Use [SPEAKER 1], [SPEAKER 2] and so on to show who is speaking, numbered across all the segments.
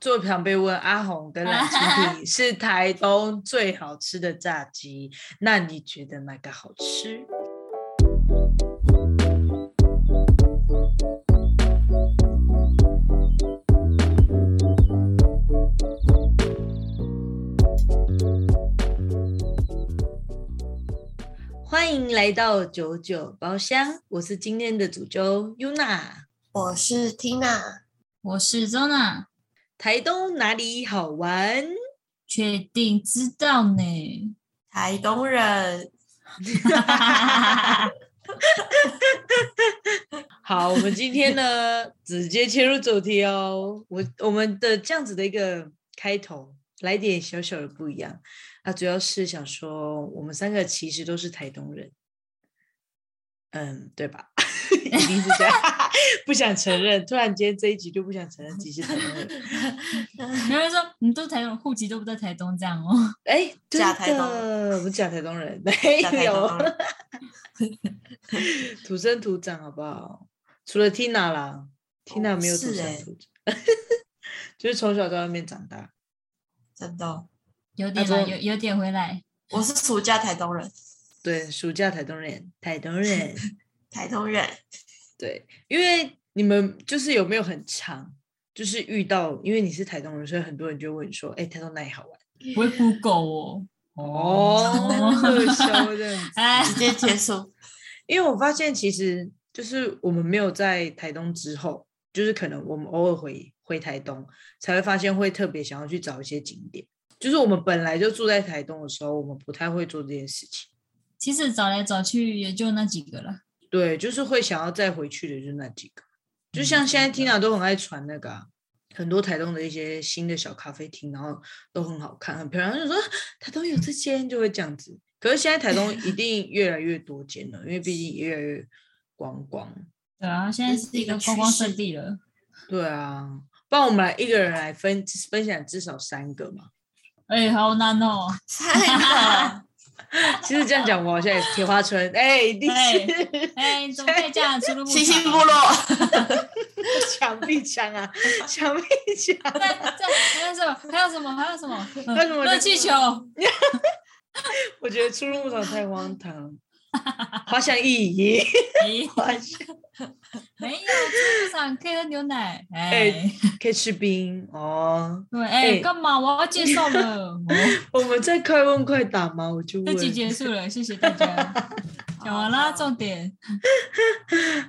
[SPEAKER 1] 最常被问阿红的蓝蜻蜓是台东最好吃的炸鸡，那你觉得哪个好吃？欢迎来到九九包厢，我是今天的主揪 Yuna。
[SPEAKER 2] 我是 Tina，
[SPEAKER 3] 我啊是 Zona，
[SPEAKER 1] 台东哪里好玩？
[SPEAKER 3] 确定知道呢。
[SPEAKER 2] 台东人。
[SPEAKER 1] 好，我们今天呢，直接切入主题哦。我我们的这样子的一个开头，来点小小的不一样。啊，主要是想说，我们三个其实都是台东人，嗯，对吧？ 一定是 这样，不想承认。突然间这一集就不想承认自己是台东人。
[SPEAKER 3] 有人说你都台东，户籍都不在台东，这样哦。
[SPEAKER 1] 哎，真
[SPEAKER 2] 假台东
[SPEAKER 1] 的，我们假台东人，没
[SPEAKER 2] 假台
[SPEAKER 1] 有
[SPEAKER 2] 东人
[SPEAKER 1] 土生土长，好不好？除了 Tina 啦、t i n a 没有土
[SPEAKER 2] 是
[SPEAKER 1] 生
[SPEAKER 2] 欸
[SPEAKER 1] 土长， 就是从小在外面长大。
[SPEAKER 2] 真的哦，
[SPEAKER 3] 有点
[SPEAKER 1] 啊这
[SPEAKER 3] 来，有有点回来。
[SPEAKER 2] 我是暑假台东人，
[SPEAKER 1] 对，暑假台东人，台东人。
[SPEAKER 2] 台东人
[SPEAKER 1] 对，因为你们就是有没有很长，就是遇到，因为你是台东人，所以很多人就问说，哎，台东哪里好玩？
[SPEAKER 3] 不会 Google 哦。
[SPEAKER 1] 哦，特效这样子。
[SPEAKER 3] 哎，
[SPEAKER 2] 直接结束。
[SPEAKER 1] 因为我发现其实就是我们没有在台东之后，就是可能我们偶尔回回台东，才会发现会特别想要去找一些景点。就是我们本来就住在台东的时候，我们不太会做这件事情。
[SPEAKER 3] 其实找来找去也就那几个了。
[SPEAKER 1] 对，就是会想要再回去的，就是那几个。就像
[SPEAKER 3] 嗯
[SPEAKER 1] 现在
[SPEAKER 3] 真的
[SPEAKER 1] Tina 都很爱传那个啊、很多台东的一些新的小咖啡厅，然后都很好看，很漂亮。就说啊台东有这间，就会这样子。可是现在台东一定越来越多间了，因为毕竟也越来越观光。
[SPEAKER 3] 对啊，现在是一个观光圣地了。
[SPEAKER 1] 对啊，不然我们来一个人来分分享至少三个嘛。
[SPEAKER 3] 哎，好难哦。
[SPEAKER 2] 三 个，
[SPEAKER 1] 其实这样讲，我好像也是铁花村，哎、一定是
[SPEAKER 3] 哎，你怎么可以这样？出入牧场
[SPEAKER 2] 星星部落，
[SPEAKER 1] 墙壁墙啊，墙壁墙。
[SPEAKER 3] 对对，还有什么？还有什么？还有什么？嗯
[SPEAKER 1] 还有什么
[SPEAKER 3] 热气球？
[SPEAKER 1] 我觉得初入牧场太 荒唐，滑翔翼也
[SPEAKER 3] 咦，
[SPEAKER 1] 滑翔，
[SPEAKER 3] 没有，出入牧场可以喝牛奶。
[SPEAKER 1] 哎
[SPEAKER 3] 哎，
[SPEAKER 1] 可以吃冰哦。
[SPEAKER 3] 对，
[SPEAKER 1] 哎
[SPEAKER 3] 哎，干嘛？我要介 绍了。哦
[SPEAKER 1] 我们在快问快答吗？我就
[SPEAKER 3] 这集
[SPEAKER 1] 问。
[SPEAKER 3] 结束了，谢谢大 家。讲
[SPEAKER 2] 啊
[SPEAKER 3] 完啦，重点。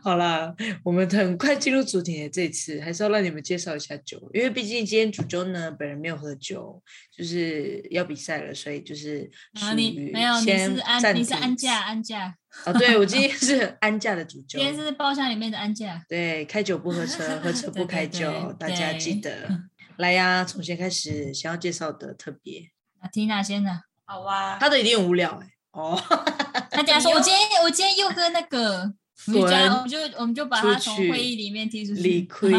[SPEAKER 1] 好啦，我们很快进入主题。这次还是要让你们介绍一下酒，因为毕竟今天主周呢，本人没有喝酒，就是要比赛了，所以就是
[SPEAKER 3] 然
[SPEAKER 1] 属
[SPEAKER 3] 后啊你
[SPEAKER 1] 于
[SPEAKER 3] 没有，你
[SPEAKER 1] 先
[SPEAKER 3] 是安，
[SPEAKER 1] 暂
[SPEAKER 3] 你是
[SPEAKER 1] 停
[SPEAKER 3] 安驾，安驾，
[SPEAKER 1] 哦，对我今 天是很安驾的主周。
[SPEAKER 3] 今天是包厢里面的安驾。
[SPEAKER 1] 对，开酒不喝车，喝车 不
[SPEAKER 3] 对对
[SPEAKER 1] 开
[SPEAKER 3] 对
[SPEAKER 1] 酒，大家记
[SPEAKER 3] 对
[SPEAKER 1] 得。来呀、从先开始，想要介绍的特别，
[SPEAKER 3] 啊，缇娜先呢？
[SPEAKER 2] 好啊哇，
[SPEAKER 1] 他的一定很无聊哎、 哦，
[SPEAKER 3] 他讲说，我今天我今天又跟那个，我们就叫
[SPEAKER 1] 滚
[SPEAKER 3] 我们就我们就把他从
[SPEAKER 1] 出去
[SPEAKER 3] 会议里面踢出
[SPEAKER 1] 理
[SPEAKER 3] 去。
[SPEAKER 1] 亏，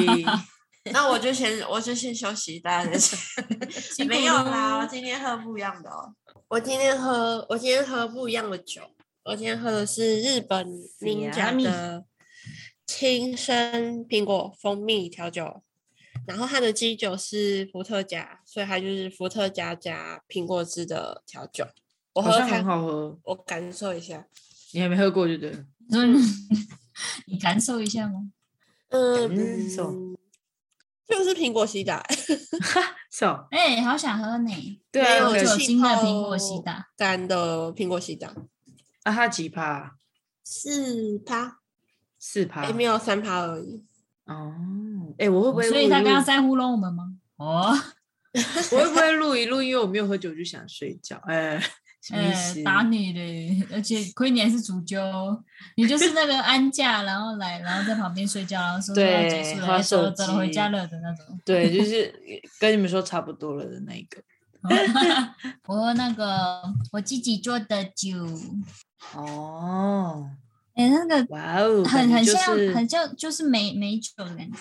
[SPEAKER 2] 那我就先我就先休息，大家再见。
[SPEAKER 3] 辛苦
[SPEAKER 2] 没有
[SPEAKER 3] 喽
[SPEAKER 2] 啦，我今天喝不一样的哦。我今天喝，我今天喝不一样的酒。我今天喝的是日本名家的青生苹果蜂蜜调酒，然后它的基酒是伏特加，所以它就是伏特加加苹果汁的调酒。我
[SPEAKER 1] 好
[SPEAKER 2] 喝
[SPEAKER 1] 像很
[SPEAKER 2] 看，
[SPEAKER 1] 好喝，
[SPEAKER 2] 我感受一下。
[SPEAKER 1] 你还没喝过就对了。
[SPEAKER 3] 你说你嗯 你感受一下吗？
[SPEAKER 1] 感受
[SPEAKER 2] 嗯，就是苹果西打，
[SPEAKER 1] 是哦，
[SPEAKER 3] 哎，好想喝呢，
[SPEAKER 1] 对
[SPEAKER 2] 没
[SPEAKER 1] 啊，
[SPEAKER 2] 有
[SPEAKER 1] 可以
[SPEAKER 3] 酒
[SPEAKER 2] 气
[SPEAKER 3] 精的
[SPEAKER 2] 泡哦
[SPEAKER 3] 苹果西打，
[SPEAKER 2] 干的苹果西打
[SPEAKER 1] 啊，他几趴？
[SPEAKER 2] 四趴，
[SPEAKER 1] 四趴
[SPEAKER 2] 哎，。没有三趴而 已。
[SPEAKER 1] 哦，哎，我会不会
[SPEAKER 3] 所
[SPEAKER 1] 录
[SPEAKER 3] 以
[SPEAKER 1] 一
[SPEAKER 3] 他刚
[SPEAKER 1] 录
[SPEAKER 3] 刚？在糊弄我们吗？哦，
[SPEAKER 1] 我会不会录一录？因为我没有喝酒就想睡觉， 哎，什么意
[SPEAKER 3] 呃
[SPEAKER 1] 思，？
[SPEAKER 3] 打你嘞！而且亏你还是主揪，你就是那个安驾，然后来，然后在旁边睡觉，然后说
[SPEAKER 1] 对
[SPEAKER 3] 要结束
[SPEAKER 1] 划
[SPEAKER 3] 了，走
[SPEAKER 1] 手
[SPEAKER 3] 了走了，回
[SPEAKER 1] 机
[SPEAKER 3] 家了的那种。
[SPEAKER 1] 对，就是跟你们说差不多了的那一个。
[SPEAKER 3] 我喝哦那个我自己做的酒，
[SPEAKER 1] 哦，
[SPEAKER 3] 哎、那个
[SPEAKER 1] 哇哦，
[SPEAKER 3] 很
[SPEAKER 1] 感
[SPEAKER 3] 很
[SPEAKER 1] 觉就
[SPEAKER 3] 像、
[SPEAKER 1] 是
[SPEAKER 3] 很像就是梅梅酒的感觉，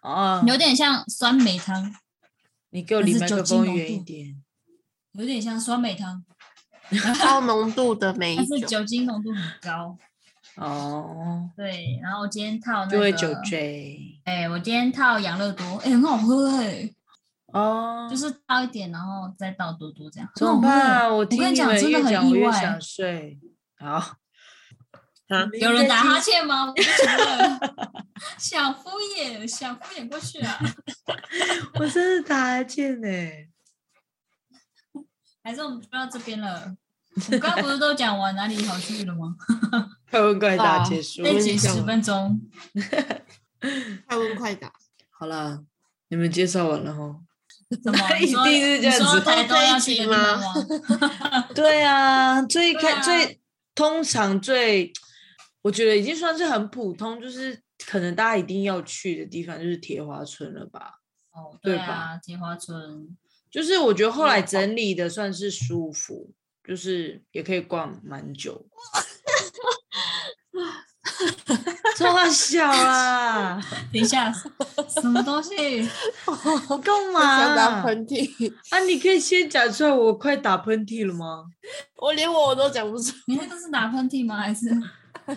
[SPEAKER 1] 哦，
[SPEAKER 3] 有点像酸梅汤，
[SPEAKER 1] 你给我
[SPEAKER 3] 但
[SPEAKER 1] 离
[SPEAKER 3] 是
[SPEAKER 1] 麦
[SPEAKER 3] 酒
[SPEAKER 1] 克
[SPEAKER 3] 精
[SPEAKER 1] 风
[SPEAKER 3] 浓
[SPEAKER 1] 远一
[SPEAKER 3] 度
[SPEAKER 1] 点。
[SPEAKER 3] 有点像酸梅汤，
[SPEAKER 2] 高浓度的美
[SPEAKER 3] 但是
[SPEAKER 2] 酒，
[SPEAKER 3] 酒精浓度很高。
[SPEAKER 1] 哦，
[SPEAKER 3] 对，然后我今天套那
[SPEAKER 1] 就
[SPEAKER 3] 个
[SPEAKER 1] 会酒醉。
[SPEAKER 3] 哎、我今天套养乐多，哎、很好喝哎、
[SPEAKER 1] 哦，
[SPEAKER 3] 就是倒一点，然后再倒多多这样。
[SPEAKER 1] 怎么办？
[SPEAKER 3] 我
[SPEAKER 1] 听
[SPEAKER 3] 跟你
[SPEAKER 1] 你
[SPEAKER 3] 讲，
[SPEAKER 1] 们
[SPEAKER 3] 真的
[SPEAKER 1] 越讲
[SPEAKER 3] 很
[SPEAKER 1] 我
[SPEAKER 3] 意
[SPEAKER 1] 越
[SPEAKER 3] 外
[SPEAKER 1] 想。睡。 好，
[SPEAKER 2] 啊，
[SPEAKER 3] 有人打哈欠吗？我不承 认，想敷衍，想敷衍过去啊？
[SPEAKER 1] 我真的打哈欠呢、
[SPEAKER 3] 还是我们就到这边了？我刚刚不是都讲完哪里好去了吗？
[SPEAKER 1] 快问快答
[SPEAKER 2] 好
[SPEAKER 1] 结束。
[SPEAKER 3] 那集
[SPEAKER 2] 讲
[SPEAKER 3] 十
[SPEAKER 2] 完
[SPEAKER 3] 分钟，
[SPEAKER 2] 快问快答。
[SPEAKER 1] 好啦，你们介绍完了哈。
[SPEAKER 3] 怎么？
[SPEAKER 1] 一
[SPEAKER 3] 你说
[SPEAKER 1] 定是这样
[SPEAKER 3] 你说
[SPEAKER 1] 子
[SPEAKER 3] 台东要去的地方吗？
[SPEAKER 1] 对啊，最
[SPEAKER 3] 对
[SPEAKER 1] 开、
[SPEAKER 3] 啊
[SPEAKER 1] 最通常最，我觉得已经算是很普通，就是可能大家一定要去的地方就是铁花村了吧。
[SPEAKER 3] 哦，
[SPEAKER 1] 对
[SPEAKER 3] 对
[SPEAKER 1] 吧
[SPEAKER 3] 啊，铁花村。
[SPEAKER 1] 就是我觉得后来整理的算是舒服，就是也可以逛蛮久。 这小啊，
[SPEAKER 3] 等一下，什么东西？
[SPEAKER 1] 我干嘛
[SPEAKER 2] 想打
[SPEAKER 1] 啊？
[SPEAKER 2] 喷嚏，
[SPEAKER 1] 啊，你可以先讲出来，我快打喷嚏了吗？
[SPEAKER 2] 我连我都讲不出。
[SPEAKER 3] 你那个是打喷嚏吗？还 是？
[SPEAKER 1] 可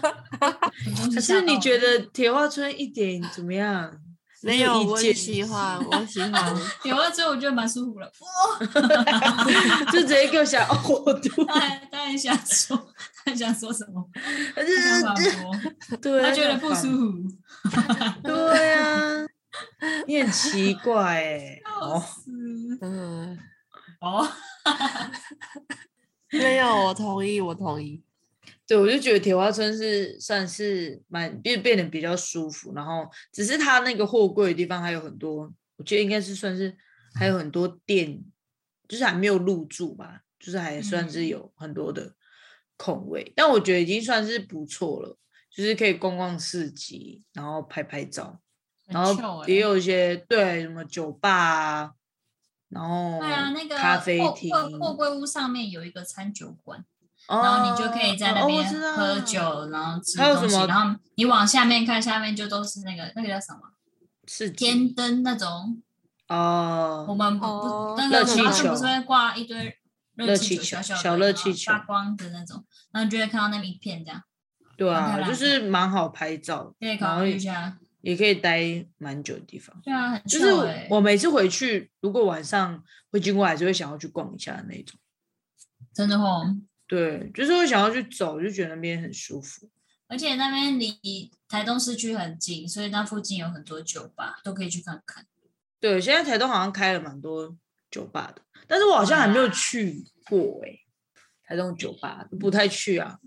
[SPEAKER 3] 可
[SPEAKER 1] 是你觉
[SPEAKER 3] 得
[SPEAKER 1] 得铁花村一点怎么样？
[SPEAKER 2] 没有，
[SPEAKER 1] 你有
[SPEAKER 2] 我
[SPEAKER 1] 意见
[SPEAKER 2] 很喜欢，我喜 欢。
[SPEAKER 3] 铁花啊村我觉得蛮舒服了，
[SPEAKER 1] 就直接给我想哦，我吐
[SPEAKER 3] 他还他很想说，他很想说什么？ 他想反驳，
[SPEAKER 1] 对，
[SPEAKER 3] 他觉得不舒
[SPEAKER 1] 服。
[SPEAKER 3] 服。
[SPEAKER 1] 对啊，你很奇怪哎、
[SPEAKER 3] 笑
[SPEAKER 1] 哦，
[SPEAKER 3] 死
[SPEAKER 2] 嗯，
[SPEAKER 3] 哦，
[SPEAKER 2] 没有，我同意，我同意。
[SPEAKER 1] 对，我就觉得铁花村是算是蛮变变得比较舒服，然后只是它那个货柜的地方还有很多，我觉得应该是算是还有很多店，就是还没有入住吧，就是还算是
[SPEAKER 3] 嗯
[SPEAKER 1] 有很多的空位，但我觉得已经算是不错了，就是可以逛逛市集，然后拍拍照，然
[SPEAKER 3] 很臭
[SPEAKER 1] 后
[SPEAKER 3] 欸
[SPEAKER 1] 也有一些对什么酒吧啊，然后
[SPEAKER 3] 对啊，那个
[SPEAKER 1] 哦咖啡
[SPEAKER 3] 货
[SPEAKER 1] 厅，
[SPEAKER 3] 货货柜屋上面有一个餐酒馆，
[SPEAKER 1] 然
[SPEAKER 3] 然后你就可以在那边喝。
[SPEAKER 1] 哦我知道
[SPEAKER 3] 酒，然后吃
[SPEAKER 1] 还有什
[SPEAKER 3] 东西
[SPEAKER 1] 么，
[SPEAKER 3] 然后你往下面看，下面就都是那个那个叫什么
[SPEAKER 1] 是
[SPEAKER 3] 天灯那种，我
[SPEAKER 1] 哦，
[SPEAKER 3] 们不
[SPEAKER 2] 哦
[SPEAKER 3] 那
[SPEAKER 1] 热
[SPEAKER 3] 个
[SPEAKER 1] 气
[SPEAKER 3] 华盛
[SPEAKER 1] 球
[SPEAKER 3] 不是会挂一堆
[SPEAKER 1] 热
[SPEAKER 3] 热
[SPEAKER 1] 气
[SPEAKER 3] 气
[SPEAKER 1] 球
[SPEAKER 3] 小
[SPEAKER 1] 小
[SPEAKER 3] 的
[SPEAKER 1] 热
[SPEAKER 3] 然后
[SPEAKER 1] 气球
[SPEAKER 3] 发光的那种，然后你就会看到那么一片这样，
[SPEAKER 1] 对
[SPEAKER 3] 好
[SPEAKER 1] 啊，
[SPEAKER 3] 看
[SPEAKER 1] 就
[SPEAKER 3] 啦
[SPEAKER 1] 是蛮好拍照，
[SPEAKER 3] 可以
[SPEAKER 1] 然
[SPEAKER 3] 考
[SPEAKER 1] 后
[SPEAKER 3] 虑一下。
[SPEAKER 1] 也可以待蛮久的地方。
[SPEAKER 3] 对啊，很
[SPEAKER 1] 就是
[SPEAKER 3] 臭欸
[SPEAKER 1] 我每次回去，如果晚上会经过，还是会想要去逛一下的那种。
[SPEAKER 3] 真的哦吼，
[SPEAKER 1] 对，就是会想要去走，就觉得那边很舒服。
[SPEAKER 3] 而且那边离台东市区很近，所以那附近有很多酒吧，都可以去看看。
[SPEAKER 1] 对，现在台东好像开了蛮多酒吧的，但是我好像还没有
[SPEAKER 3] 哇
[SPEAKER 1] 去过哎、台东酒吧不太去 啊。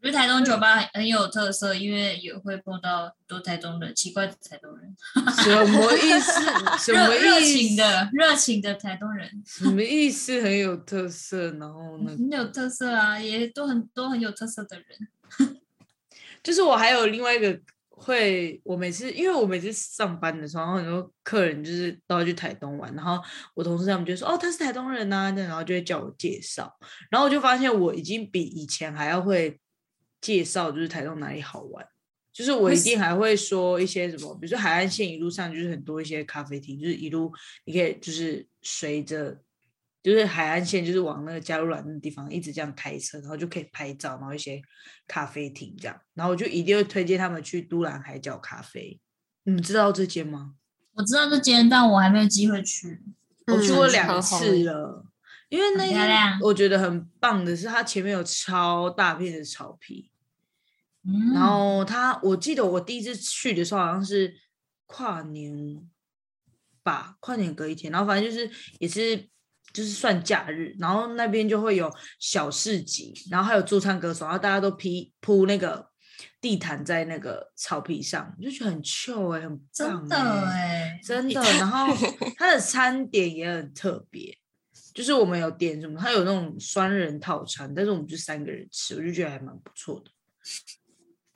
[SPEAKER 3] 我觉得台东
[SPEAKER 1] 嗯
[SPEAKER 3] 酒吧很很有特色，因为也会碰到很多台东人，奇怪的台东人，
[SPEAKER 1] 什么意 思？什么
[SPEAKER 3] 热热
[SPEAKER 1] 意
[SPEAKER 3] 情
[SPEAKER 1] 思？
[SPEAKER 3] 的热情的台东人，
[SPEAKER 1] 什么意思？很有特色，然后呢？
[SPEAKER 3] 很有特色啊，也都很多很有特色的人。
[SPEAKER 1] 就是我还有另外一个会，我每次因为我每次上班的时候，然后很多客人就是都要去台东玩，然后我同事他们就说哦他是台东人呐、啊，然后就会叫我介绍，然后我就发现我已经比以前还要会介绍，就是台东哪里好玩。就是我
[SPEAKER 3] 为
[SPEAKER 1] 一
[SPEAKER 3] 什
[SPEAKER 1] 定还会说一些什么，比如说海岸线一路上就是很多一些咖啡厅，就是一路你可以就是随着就是海岸线，就是往那个加鲁兰那地方一直这样开车，然后就可以拍照，然后一些咖啡厅这样，然后我就一定会推荐他们去都兰海角咖啡。你们知道这间吗？
[SPEAKER 3] 我知道这间，但我还没有机会去。
[SPEAKER 1] 我去
[SPEAKER 2] 嗯
[SPEAKER 1] 过
[SPEAKER 2] 是
[SPEAKER 1] 两
[SPEAKER 2] 很红
[SPEAKER 1] 次
[SPEAKER 2] 的
[SPEAKER 1] 了，因为那
[SPEAKER 3] 很漂
[SPEAKER 1] 间
[SPEAKER 3] 亮
[SPEAKER 1] 我觉得很棒的是，它前面有超大片的草皮，
[SPEAKER 3] 嗯，
[SPEAKER 1] 然后它我记得我第一次去的时候好像是跨年吧，跨年隔一天，然后反正就是也是就是算假日，然后那边就会有小市集，然后还有驻唱歌手，然后大家都披铺那个地毯在那个草皮上，就觉得很 chill 哎、很棒、
[SPEAKER 3] 真的
[SPEAKER 1] 哎、
[SPEAKER 3] 哎、
[SPEAKER 1] 真的。然 后它的餐点也很特别，就是我们有点什么，它有那种双人套餐，但是我们就三个人吃，我就觉得还蛮不错的。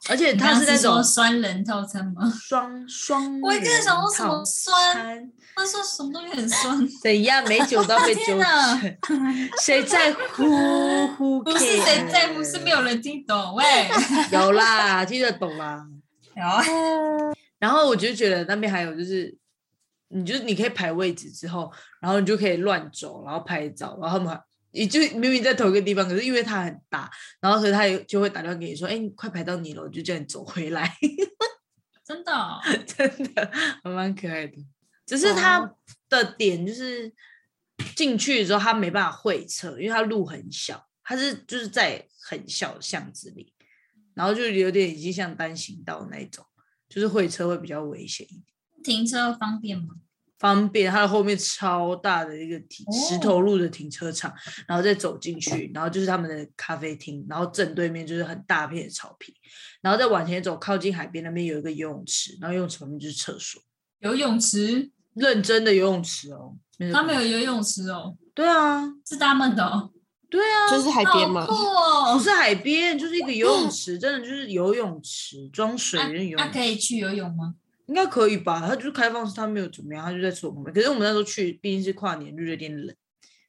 [SPEAKER 1] 而且
[SPEAKER 3] 你
[SPEAKER 1] 它
[SPEAKER 3] 刚
[SPEAKER 1] 是
[SPEAKER 3] 刚
[SPEAKER 1] 那
[SPEAKER 3] 说
[SPEAKER 1] 种
[SPEAKER 3] 酸人套餐吗？
[SPEAKER 1] 双双，
[SPEAKER 3] 我一开始想说什么酸
[SPEAKER 1] 餐？
[SPEAKER 3] 他说什么东西 很酸，
[SPEAKER 1] 怎样 美酒都要被纠
[SPEAKER 3] 天哪
[SPEAKER 1] 正？谁在乎？ 乎
[SPEAKER 3] 不是谁在乎，是没有人听 懂喂。
[SPEAKER 1] 有啦，听得懂啦。
[SPEAKER 3] 有啊，
[SPEAKER 1] 然后我就觉得那边还有就是，你就是你可以排位置之后，然后你就可以乱走，然后拍照，然后他们还也就明明在同一个地方，可是因为它很大，然后所以他也就会打电话给你说：“哎，你快排到你了，我就叫你走回来。
[SPEAKER 3] 真的哦、”
[SPEAKER 1] 真的还蛮可爱的。只是它
[SPEAKER 2] 哦
[SPEAKER 1] 的点就是进去之后它没办法会车，因为它路很小，它是就是在很小的巷子里，然后就有点已经像单行道那一种，就是会车会比较危险一点。
[SPEAKER 3] 停车方便吗？
[SPEAKER 1] 方便，它的后面超大的一个停
[SPEAKER 3] 哦
[SPEAKER 1] 石头路的停车场，然后再走进去，然后就是他们的咖啡厅，然后正对面就是很大片的草坪，然后再往前走，靠近海边那边有一个游泳池，然后游泳池旁边就是厕所，
[SPEAKER 3] 游泳池，
[SPEAKER 1] 认真的游泳池哦。没有
[SPEAKER 3] 他们有游泳池哦，
[SPEAKER 1] 对啊，
[SPEAKER 3] 是他们的哦，
[SPEAKER 1] 对啊，
[SPEAKER 2] 就是海
[SPEAKER 3] 好
[SPEAKER 2] 边嘛
[SPEAKER 3] 酷，
[SPEAKER 1] 不
[SPEAKER 3] 哦！
[SPEAKER 1] 是海边，就是一个游泳池，真的就是游泳池装水的游
[SPEAKER 3] 那
[SPEAKER 1] 泳池，
[SPEAKER 3] 可以去游泳吗？
[SPEAKER 1] 应该可以吧？它就是开放式，它没有怎么样，它就在厕所旁边。可是我们那时候去，毕竟是跨年，就有点冷，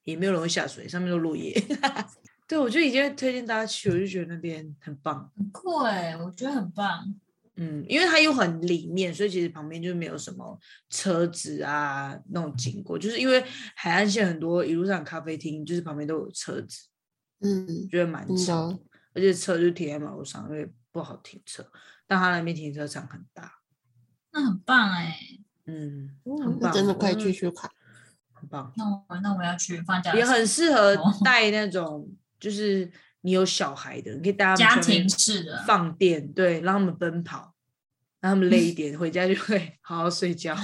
[SPEAKER 1] 也没有人会下水，上面都落叶。 对，我就已经推荐大家去，我就觉得那边很棒。
[SPEAKER 3] 很酷哎，我觉得很棒。
[SPEAKER 1] 嗯，因为它又很里面，所以其实旁边就没有什么车子啊那种经过，就是因为海岸线很多一路上咖啡厅，就是旁边都有车子，
[SPEAKER 2] 嗯，
[SPEAKER 1] 觉得蛮
[SPEAKER 2] 真
[SPEAKER 1] 吵，
[SPEAKER 2] 的，
[SPEAKER 1] 而且车就停在马路上，因为不好停车。但它那边停车场很大，
[SPEAKER 3] 那很棒哎，
[SPEAKER 1] 嗯，
[SPEAKER 2] 嗯
[SPEAKER 1] 很
[SPEAKER 2] 那
[SPEAKER 1] 棒，
[SPEAKER 2] 真的可以
[SPEAKER 1] 嗯
[SPEAKER 2] 去，去看。
[SPEAKER 1] 很棒。
[SPEAKER 3] 那我那我要去放假的
[SPEAKER 1] 也
[SPEAKER 3] 时候
[SPEAKER 1] 很适合
[SPEAKER 3] 哦
[SPEAKER 1] 带那种，就是你有小孩的，你可以带他们
[SPEAKER 3] 家
[SPEAKER 1] 去外面
[SPEAKER 3] 庭式的，
[SPEAKER 1] 放电，对，让他们奔跑，让他们累一 点，回家就会好好睡觉。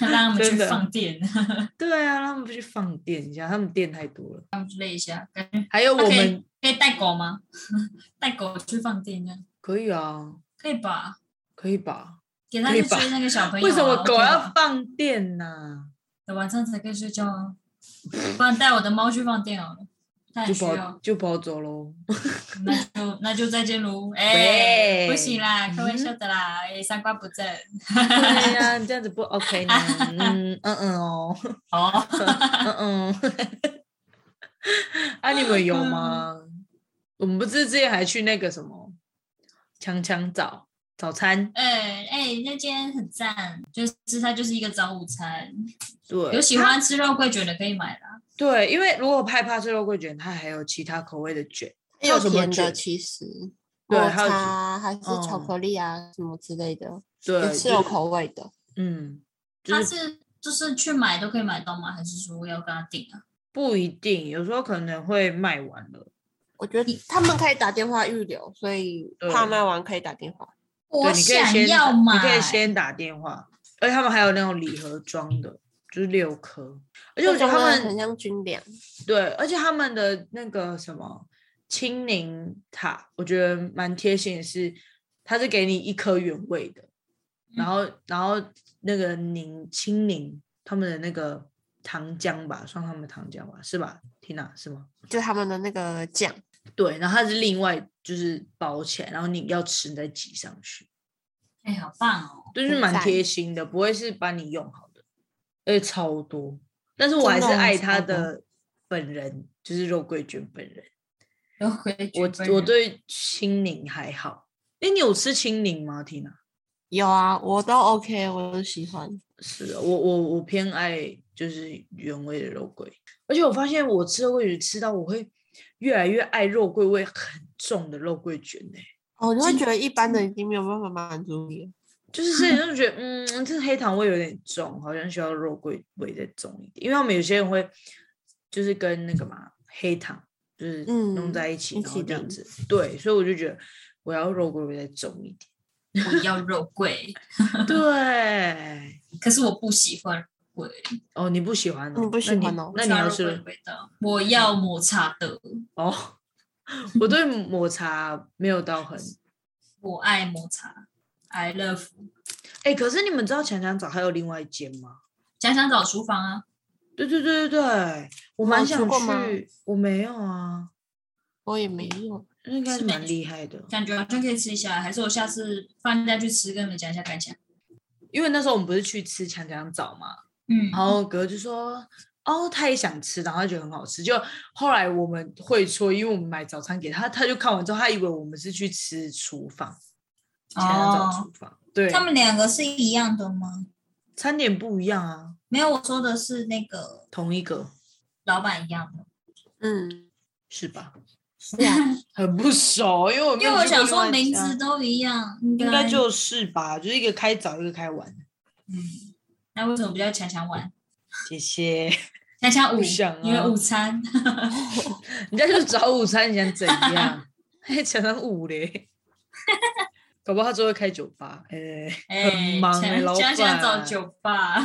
[SPEAKER 3] 让他们去
[SPEAKER 1] 真的
[SPEAKER 3] 放电，
[SPEAKER 1] 对啊，让他们去放电一下，他们电太多了。
[SPEAKER 3] 累一下。感觉
[SPEAKER 1] 还有
[SPEAKER 3] 那
[SPEAKER 1] 我
[SPEAKER 3] 可以
[SPEAKER 1] 们
[SPEAKER 3] 可以带狗吗？ 带狗去放电这样
[SPEAKER 1] 可以啊，
[SPEAKER 3] 可以吧？
[SPEAKER 1] 可以吧？
[SPEAKER 3] 给他
[SPEAKER 1] 可以
[SPEAKER 3] 去
[SPEAKER 1] 吧
[SPEAKER 3] 追那个小朋友啊、
[SPEAKER 1] 为什么狗
[SPEAKER 3] OK 吧
[SPEAKER 1] 要放电呢？
[SPEAKER 3] 晚上才可以睡觉啊？不然带我的猫去放电好了，它也
[SPEAKER 1] 就
[SPEAKER 3] 需
[SPEAKER 1] 跑
[SPEAKER 3] 要。
[SPEAKER 1] 就跑走 喽。
[SPEAKER 3] 那就那就再见喽。哎、
[SPEAKER 1] 喂嗯
[SPEAKER 3] 不行啦，开玩笑的啦，哎、三观不正。
[SPEAKER 1] 对呀，你这样子不 OK 呢？嗯嗯嗯哦，
[SPEAKER 3] 哦，
[SPEAKER 1] 嗯嗯。啊，你们
[SPEAKER 3] 嗯
[SPEAKER 1] 有吗？我们不是之前还去那个什么强强早早餐？
[SPEAKER 3] 哎、哎、那间很赞，就是它就是一个早午餐，
[SPEAKER 1] 对，
[SPEAKER 3] 有喜欢吃肉桂卷的可以买啦。
[SPEAKER 1] 对，因为如果害怕吃肉桂卷，它还有其他口味的卷，还
[SPEAKER 2] 有
[SPEAKER 1] 什么
[SPEAKER 2] 甜的，
[SPEAKER 1] 卷？
[SPEAKER 2] 其实
[SPEAKER 1] 对
[SPEAKER 2] 抹
[SPEAKER 1] 还有
[SPEAKER 2] 茶啊还是巧
[SPEAKER 1] 嗯
[SPEAKER 2] 克力啊什么之类的，
[SPEAKER 1] 对，
[SPEAKER 2] 也
[SPEAKER 1] 就是
[SPEAKER 3] 哦
[SPEAKER 2] 有口味的。
[SPEAKER 1] 嗯，就
[SPEAKER 3] 它
[SPEAKER 1] 是
[SPEAKER 3] 是就是去买都可以买到吗？还是说要跟他订啊？
[SPEAKER 1] 不一定，有时候可能会卖完了。
[SPEAKER 2] 我觉得他们可以打电话预留，所以
[SPEAKER 1] 对
[SPEAKER 2] 怕卖完可以打电话。
[SPEAKER 3] 我
[SPEAKER 1] 对，你可以
[SPEAKER 3] 想
[SPEAKER 1] 先
[SPEAKER 3] 要
[SPEAKER 1] 打
[SPEAKER 3] 买，
[SPEAKER 1] 你可以先打电话，而且他们还有那种礼盒装的，就是六颗，而且我觉得他
[SPEAKER 2] 就
[SPEAKER 1] 们
[SPEAKER 2] 很像军粮，
[SPEAKER 1] 对，而且他们的那个什么青柠塔，我觉得蛮贴心的是，它是给你一颗原味的，然后
[SPEAKER 2] 嗯
[SPEAKER 1] 然后那个柠青柠他们的那个糖浆吧，算他们糖浆吧，是吧？Tina 是吗？
[SPEAKER 2] 就他们的那个酱，
[SPEAKER 1] 对，然后它是另外就是包起来，然后你要吃你再挤上去，
[SPEAKER 3] 哎、好棒哦！
[SPEAKER 1] 就是
[SPEAKER 2] 很
[SPEAKER 1] 蛮
[SPEAKER 2] 赞欸
[SPEAKER 1] 贴心的，不会是把你用好的，而且超多，但是我还
[SPEAKER 2] 真的
[SPEAKER 1] 是
[SPEAKER 2] 哦
[SPEAKER 1] 爱
[SPEAKER 2] 超
[SPEAKER 1] 他
[SPEAKER 2] 多
[SPEAKER 1] 的本人，就是肉桂卷本人。
[SPEAKER 3] 肉桂卷
[SPEAKER 1] 我
[SPEAKER 3] 本
[SPEAKER 1] 我
[SPEAKER 3] 人
[SPEAKER 1] 对青柠还好。哎，你有吃青柠吗，Tina？
[SPEAKER 2] 有啊，我都 OK，我都喜欢。
[SPEAKER 1] 是的，我我我偏爱就是原味的肉桂，而且我发现我吃肉桂卷吃到我会越来越爱肉桂味很重的肉桂卷呢、
[SPEAKER 2] 哦，你会觉得一般的已经没有办法满足你了。
[SPEAKER 1] 就是之前就觉得，嗯，这黑糖味有点重，好像需要肉桂味再重一点，因为他们有些人会就是跟那个嘛黑糖就是弄
[SPEAKER 2] 嗯
[SPEAKER 1] 在一起，
[SPEAKER 2] 一
[SPEAKER 1] 然后
[SPEAKER 2] 起
[SPEAKER 1] 这样
[SPEAKER 2] 淋
[SPEAKER 1] 子，对，所以我就觉得我要肉桂味再重一 点，
[SPEAKER 3] 我要肉桂，
[SPEAKER 1] 对。
[SPEAKER 3] 可是我不喜欢肉桂，
[SPEAKER 1] 哦，你不喜欢哦？
[SPEAKER 2] 你不喜欢哦
[SPEAKER 1] 那你
[SPEAKER 3] 我喜欢
[SPEAKER 1] 要是
[SPEAKER 3] 肉桂的味道。我要抹茶的，
[SPEAKER 1] 哦，我对抹茶没有到很
[SPEAKER 3] 我爱抹茶，I love。
[SPEAKER 1] 哎、可是你们知道强强早还有另外一间吗？
[SPEAKER 3] 想想找厨房啊，
[SPEAKER 1] 对对对对对，我
[SPEAKER 2] 你们
[SPEAKER 1] 蛮
[SPEAKER 2] 有
[SPEAKER 1] 想
[SPEAKER 2] 去过吗
[SPEAKER 1] 去，我没有啊，
[SPEAKER 2] 我也没有，
[SPEAKER 1] 那应该
[SPEAKER 3] 是
[SPEAKER 1] 是蛮
[SPEAKER 3] 没
[SPEAKER 1] 厉害的，
[SPEAKER 3] 感觉好像可以吃一下，还是我下次放假去吃，跟你们讲一下感想。
[SPEAKER 1] 因为那时候我们不是去吃强强早嘛，
[SPEAKER 3] 嗯，
[SPEAKER 1] 然后哥就说。哦，他也想吃，然后他觉得很好吃。就后来我们会说，因为我们买早餐给他，他就看完之后，他以为我们是去吃厨房，强强早
[SPEAKER 3] 哦，
[SPEAKER 1] 厨房。对，
[SPEAKER 3] 他们两个是一样的吗？
[SPEAKER 1] 餐点不一样啊，
[SPEAKER 3] 没有，我说的是那个
[SPEAKER 1] 同一个
[SPEAKER 3] 老板一样的，
[SPEAKER 2] 嗯，
[SPEAKER 1] 是吧？
[SPEAKER 2] 是啊，
[SPEAKER 1] 很不熟，因为我没
[SPEAKER 3] 因
[SPEAKER 1] 有
[SPEAKER 3] 为我
[SPEAKER 1] 去过
[SPEAKER 3] 想
[SPEAKER 1] 另
[SPEAKER 3] 说
[SPEAKER 1] 外一
[SPEAKER 3] 名
[SPEAKER 1] 家
[SPEAKER 3] 字都一样，应
[SPEAKER 1] 应该就是吧，就是一个开早，一个开晚。
[SPEAKER 3] 嗯，那为什么不叫强强碗？
[SPEAKER 1] 谢谢。
[SPEAKER 3] 强强午
[SPEAKER 1] 不想啊，
[SPEAKER 3] 因为午餐。
[SPEAKER 1] 人家就找午餐，你想怎样？还讲到午嘞，搞不好他之后会开酒吧，哎、
[SPEAKER 3] 哎，
[SPEAKER 1] 很忙哎、老
[SPEAKER 3] 想
[SPEAKER 1] 板，
[SPEAKER 3] 想找酒吧，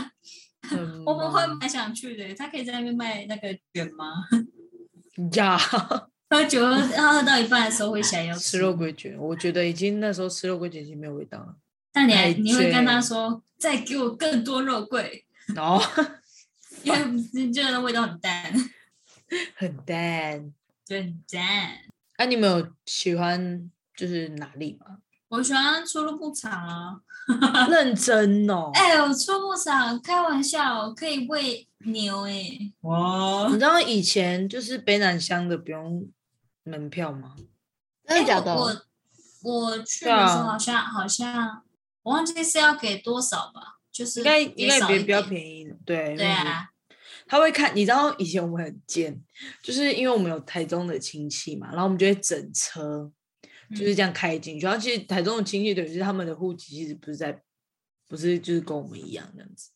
[SPEAKER 1] 很
[SPEAKER 3] 我们会
[SPEAKER 1] 忙
[SPEAKER 3] 蛮想去的。他可以在那边卖那个卷吗？
[SPEAKER 1] 呀，
[SPEAKER 3] 喝酒喝喝到一半的时候会想要
[SPEAKER 1] 吃肉桂卷，我觉得已经那时候吃肉桂卷已经没有味道了。
[SPEAKER 3] 但你还
[SPEAKER 1] 太
[SPEAKER 3] 你会
[SPEAKER 1] 卷
[SPEAKER 3] 跟他说，再给我更多肉桂，
[SPEAKER 1] 然 后
[SPEAKER 3] 因为你这个味道很淡，
[SPEAKER 1] 很淡。
[SPEAKER 3] 就很淡。
[SPEAKER 1] 啊，你们有喜欢就是哪里吗？
[SPEAKER 3] 我喜欢出入牧场啊，
[SPEAKER 1] 认真哦，
[SPEAKER 3] 哎、我出入牧场开玩笑，可以喂牛哎、哇
[SPEAKER 1] 你，知道以前就是北南乡的不用门票吗？
[SPEAKER 2] 真的假
[SPEAKER 3] 我
[SPEAKER 2] 的？
[SPEAKER 3] 我我去
[SPEAKER 1] 对
[SPEAKER 3] 的
[SPEAKER 1] 啊
[SPEAKER 3] 时候好像、好像我忘记是要给多少吧，就是
[SPEAKER 1] 应该应该也
[SPEAKER 3] 也少一
[SPEAKER 1] 比比较
[SPEAKER 3] 点
[SPEAKER 1] 便宜的，对
[SPEAKER 3] 对啊，
[SPEAKER 1] 他会看，你知道以前我们很贱，就是因为我们有台中的亲戚嘛，然后我们就会整车就是
[SPEAKER 3] 嗯
[SPEAKER 1] 这样开进去。然后其实台中的亲戚等于是他们的户籍其实不是在，不是就是跟我们一样这样子，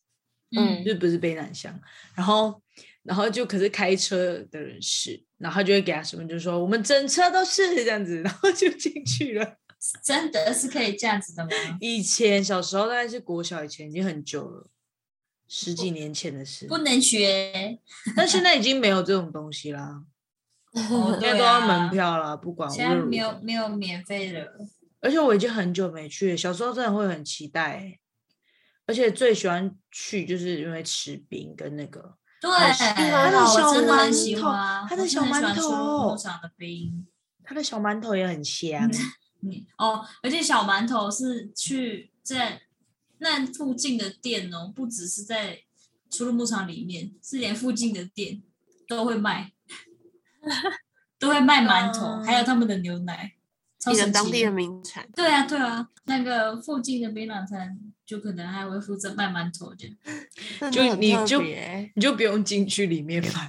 [SPEAKER 3] 嗯
[SPEAKER 1] 就是不是北南乡。然后然后就可是开车的人是，然后他就会给他什么，就说我们整车都是这样子，然后就进去了。
[SPEAKER 3] 真的是可以这样子的吗？
[SPEAKER 1] 以前小时候大概是国小以前，已经很久了，十几年前的事，
[SPEAKER 3] 不能学，
[SPEAKER 1] 但现在已经没有这种东西啦。
[SPEAKER 3] 哦
[SPEAKER 1] 现 在
[SPEAKER 3] 对啊
[SPEAKER 1] 都要门票啊啦，不管无
[SPEAKER 3] 现在
[SPEAKER 1] 论如
[SPEAKER 3] 没有
[SPEAKER 1] 何。
[SPEAKER 3] 没有免费的，
[SPEAKER 1] 而且我已经很久没去了，小时候真的会很期待欸、而且最喜欢去就是因为吃冰跟那个，
[SPEAKER 3] 对，
[SPEAKER 2] 它的小
[SPEAKER 3] 我真的
[SPEAKER 2] 馒
[SPEAKER 3] 很喜
[SPEAKER 1] 头
[SPEAKER 3] 欢，啊
[SPEAKER 1] 它的
[SPEAKER 3] 我
[SPEAKER 1] 小
[SPEAKER 3] 真很
[SPEAKER 1] 馒
[SPEAKER 3] 喜欢吃
[SPEAKER 1] 头
[SPEAKER 3] 牧场的冰。
[SPEAKER 1] 它的小馒头也很
[SPEAKER 3] 嗯
[SPEAKER 1] 香。
[SPEAKER 3] 你哦，而且小馒头是去在那附近的店哦，不只是在除了牧场里面，是连附近的店都 会卖，都会卖馒
[SPEAKER 1] 嗯
[SPEAKER 3] 头，还有他们的牛奶，超
[SPEAKER 2] 你的
[SPEAKER 3] 神
[SPEAKER 2] 当地
[SPEAKER 3] 奇
[SPEAKER 2] 的。名产，
[SPEAKER 3] 对啊，对啊，那个附近的槟榔摊就可能还会负责卖馒头的。
[SPEAKER 2] 真
[SPEAKER 1] 就
[SPEAKER 2] 的很
[SPEAKER 1] 你
[SPEAKER 2] 特
[SPEAKER 1] 就
[SPEAKER 2] 别
[SPEAKER 1] 你就不用进去里面买，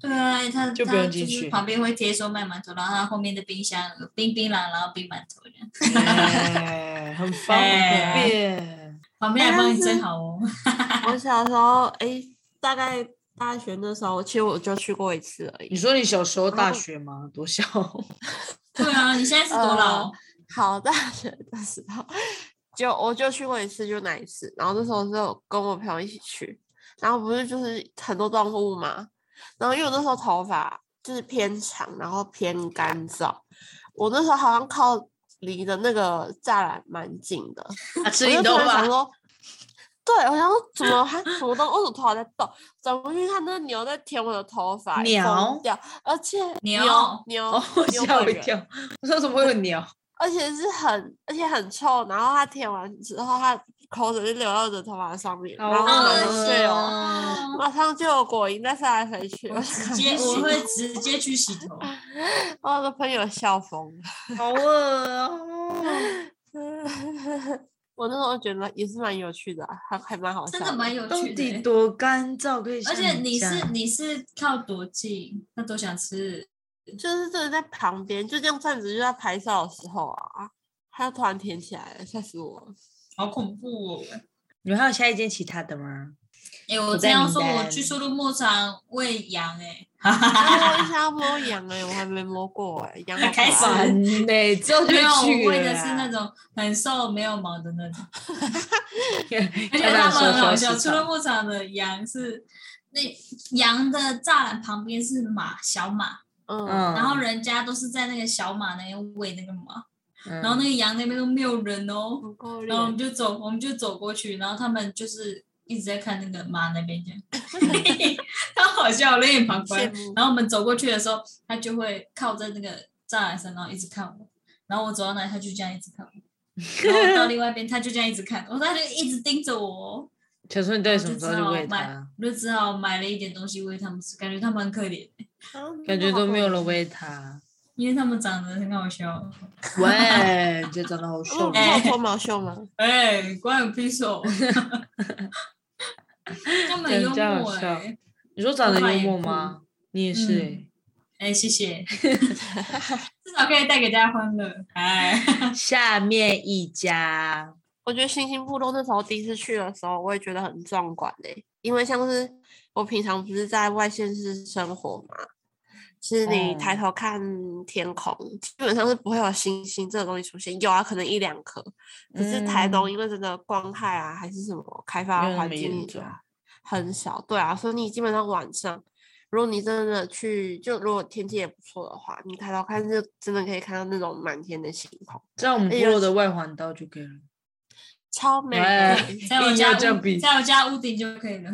[SPEAKER 3] 对啊，他
[SPEAKER 1] 就不
[SPEAKER 3] 他
[SPEAKER 1] 用进
[SPEAKER 3] 是
[SPEAKER 1] 去
[SPEAKER 3] 旁边会贴说卖馒头，然后他后面的冰箱有冰冰榔，然后冰馒头这样，
[SPEAKER 1] 哎很方
[SPEAKER 3] 哎
[SPEAKER 1] 便。
[SPEAKER 3] 旁边还帮你蒸好哦。
[SPEAKER 2] 我小时候，哎、大概大学那时候，其实我就去过一次而
[SPEAKER 1] 你
[SPEAKER 2] 已。
[SPEAKER 1] 说你小时候大
[SPEAKER 2] 哦
[SPEAKER 1] 学吗？多 小？
[SPEAKER 3] 对啊，你现在是多
[SPEAKER 1] 呃
[SPEAKER 3] 老？
[SPEAKER 2] 好，大学的时候就我就去过一次，就那一次。然后那时候是有跟我朋友一起去，然后不是就是很多动物嘛。然后因为我那时候头发就是偏长，然后偏干燥，我那时候好像靠离的那个栅栏蛮近的，
[SPEAKER 1] 啊，吃
[SPEAKER 2] 我
[SPEAKER 1] 你
[SPEAKER 2] 就
[SPEAKER 1] 头
[SPEAKER 2] 突然想
[SPEAKER 1] 发，
[SPEAKER 2] 说，对，我想说怎么还什么东，为什么头发在动？转过去看那牛在舔我的头发，疯
[SPEAKER 1] 鸟
[SPEAKER 2] 掉，而且
[SPEAKER 3] 牛
[SPEAKER 2] 牛
[SPEAKER 1] 哦， 我
[SPEAKER 2] 牛
[SPEAKER 1] 吓我
[SPEAKER 2] 本
[SPEAKER 1] 一
[SPEAKER 2] 人
[SPEAKER 1] 跳。我说怎哦么会有鸟？
[SPEAKER 2] 而且是很而且很臭，然后它舔完之后，它口水就流到我的头发上面，
[SPEAKER 1] 好
[SPEAKER 2] 然后马
[SPEAKER 1] 恶
[SPEAKER 2] 上
[SPEAKER 1] 心
[SPEAKER 2] 睡哦，
[SPEAKER 3] 哦
[SPEAKER 2] 马上就有果蝇在飞来飞去，
[SPEAKER 3] 我直接啊我会直接去洗头，
[SPEAKER 2] 我的朋友笑疯了。
[SPEAKER 1] 好饿哦！
[SPEAKER 2] 我那时候觉得也是蛮有趣的、啊，还还蛮好笑
[SPEAKER 3] 真的蛮有
[SPEAKER 1] 到
[SPEAKER 3] 趣的
[SPEAKER 1] 底
[SPEAKER 3] 欸。
[SPEAKER 1] 多干燥可以像
[SPEAKER 3] 而
[SPEAKER 1] 这
[SPEAKER 3] 且
[SPEAKER 1] 样？
[SPEAKER 3] 你是你是靠多近，那多想吃。
[SPEAKER 2] 就是真的在旁边，就这样站着，就在拍照的时候啊，它就突然舔起来了，吓死我了！
[SPEAKER 3] 好恐怖哦！
[SPEAKER 1] 你们还有下一件其他的吗？
[SPEAKER 3] 哎、我
[SPEAKER 1] 我
[SPEAKER 3] 这
[SPEAKER 1] 在
[SPEAKER 3] 样
[SPEAKER 1] 名
[SPEAKER 3] 说，我
[SPEAKER 1] 单
[SPEAKER 3] 去初入牧场喂羊、欸，
[SPEAKER 2] 哎我想要摸羊哎、我还没摸过哎、羊好可
[SPEAKER 3] 开始
[SPEAKER 2] 爱
[SPEAKER 1] 烦呢、之后就
[SPEAKER 3] 没有，
[SPEAKER 1] 会
[SPEAKER 3] 我
[SPEAKER 1] 去
[SPEAKER 3] 喂
[SPEAKER 1] 了
[SPEAKER 3] 的
[SPEAKER 1] 啦。
[SPEAKER 3] 是那种很瘦没有毛的那种。而
[SPEAKER 1] 而
[SPEAKER 3] 且他们很好
[SPEAKER 1] 笑
[SPEAKER 3] 笑，除了牧场的羊是那羊的栅栏旁边是马小马，
[SPEAKER 2] 嗯，
[SPEAKER 1] 嗯，
[SPEAKER 3] 然后人家都是在那个小马那边喂那个马，
[SPEAKER 1] 嗯，
[SPEAKER 3] 然后 那个羊那边都没有人哦，
[SPEAKER 2] 不够
[SPEAKER 3] 然后我们
[SPEAKER 2] 脸，
[SPEAKER 3] 就走，我们就走过去，然后他们就是一直在看那个马那边这样， 他好笑，冷眼旁观
[SPEAKER 2] 羡。慕
[SPEAKER 3] 然后我们走过去的时候，他就会靠在那个栅栏上，然后一直看我。然后我走到哪里，他就这样一直看我。然后我到另外一边，他就这样一直看我，他就一直盯着我、哦。
[SPEAKER 1] 小春，你到底什么时候去喂
[SPEAKER 3] 我就知道
[SPEAKER 1] 它？
[SPEAKER 3] 我就只好买了一点东西喂他们吃，感觉他们很可怜，
[SPEAKER 2] 啊
[SPEAKER 1] 感觉都没有人。
[SPEAKER 2] 真的好可怜
[SPEAKER 1] 喂 它。
[SPEAKER 3] 因为他们长得很好笑。哦
[SPEAKER 1] 喂，你这长得好
[SPEAKER 2] 那我
[SPEAKER 1] 瘦
[SPEAKER 2] 们
[SPEAKER 3] 哎
[SPEAKER 2] 有 脱毛秀吗？
[SPEAKER 3] 哎、关我屁事 哦！他们很幽
[SPEAKER 1] 这样
[SPEAKER 3] 默
[SPEAKER 1] 好
[SPEAKER 3] 哎、
[SPEAKER 1] 笑你说长得幽默吗？你也是欸、
[SPEAKER 3] 哎、谢谢，
[SPEAKER 1] 欸
[SPEAKER 3] 至少可以带给大家欢乐。哎，
[SPEAKER 1] 下面一家
[SPEAKER 2] 我觉得星星步道那时候第一次去的时候，我也觉得很壮观诶、因为像是我平常不是在外县市生活嘛，是你抬
[SPEAKER 1] 嗯
[SPEAKER 2] 头看天空，基本上是不会有星星这个东西出现，有啊，可能一两颗，可是台东因为真的光害啊，还是什么开发
[SPEAKER 1] 嗯没有那
[SPEAKER 2] 环
[SPEAKER 1] 么严
[SPEAKER 2] 境
[SPEAKER 1] 重
[SPEAKER 2] 啊很小，对啊，所以你基本上晚上，如果你真的去，就如果天气也不错的话，你抬头看就真的可以看到那种满天的星空，
[SPEAKER 1] 在我们部
[SPEAKER 2] 哎有
[SPEAKER 1] 落的外环道就可以了。
[SPEAKER 2] 超美
[SPEAKER 1] 哎
[SPEAKER 2] 的。
[SPEAKER 3] 在我
[SPEAKER 1] 硬
[SPEAKER 3] 家
[SPEAKER 1] 要这样
[SPEAKER 3] 屋，
[SPEAKER 1] 比
[SPEAKER 3] 在我家屋顶就可以了。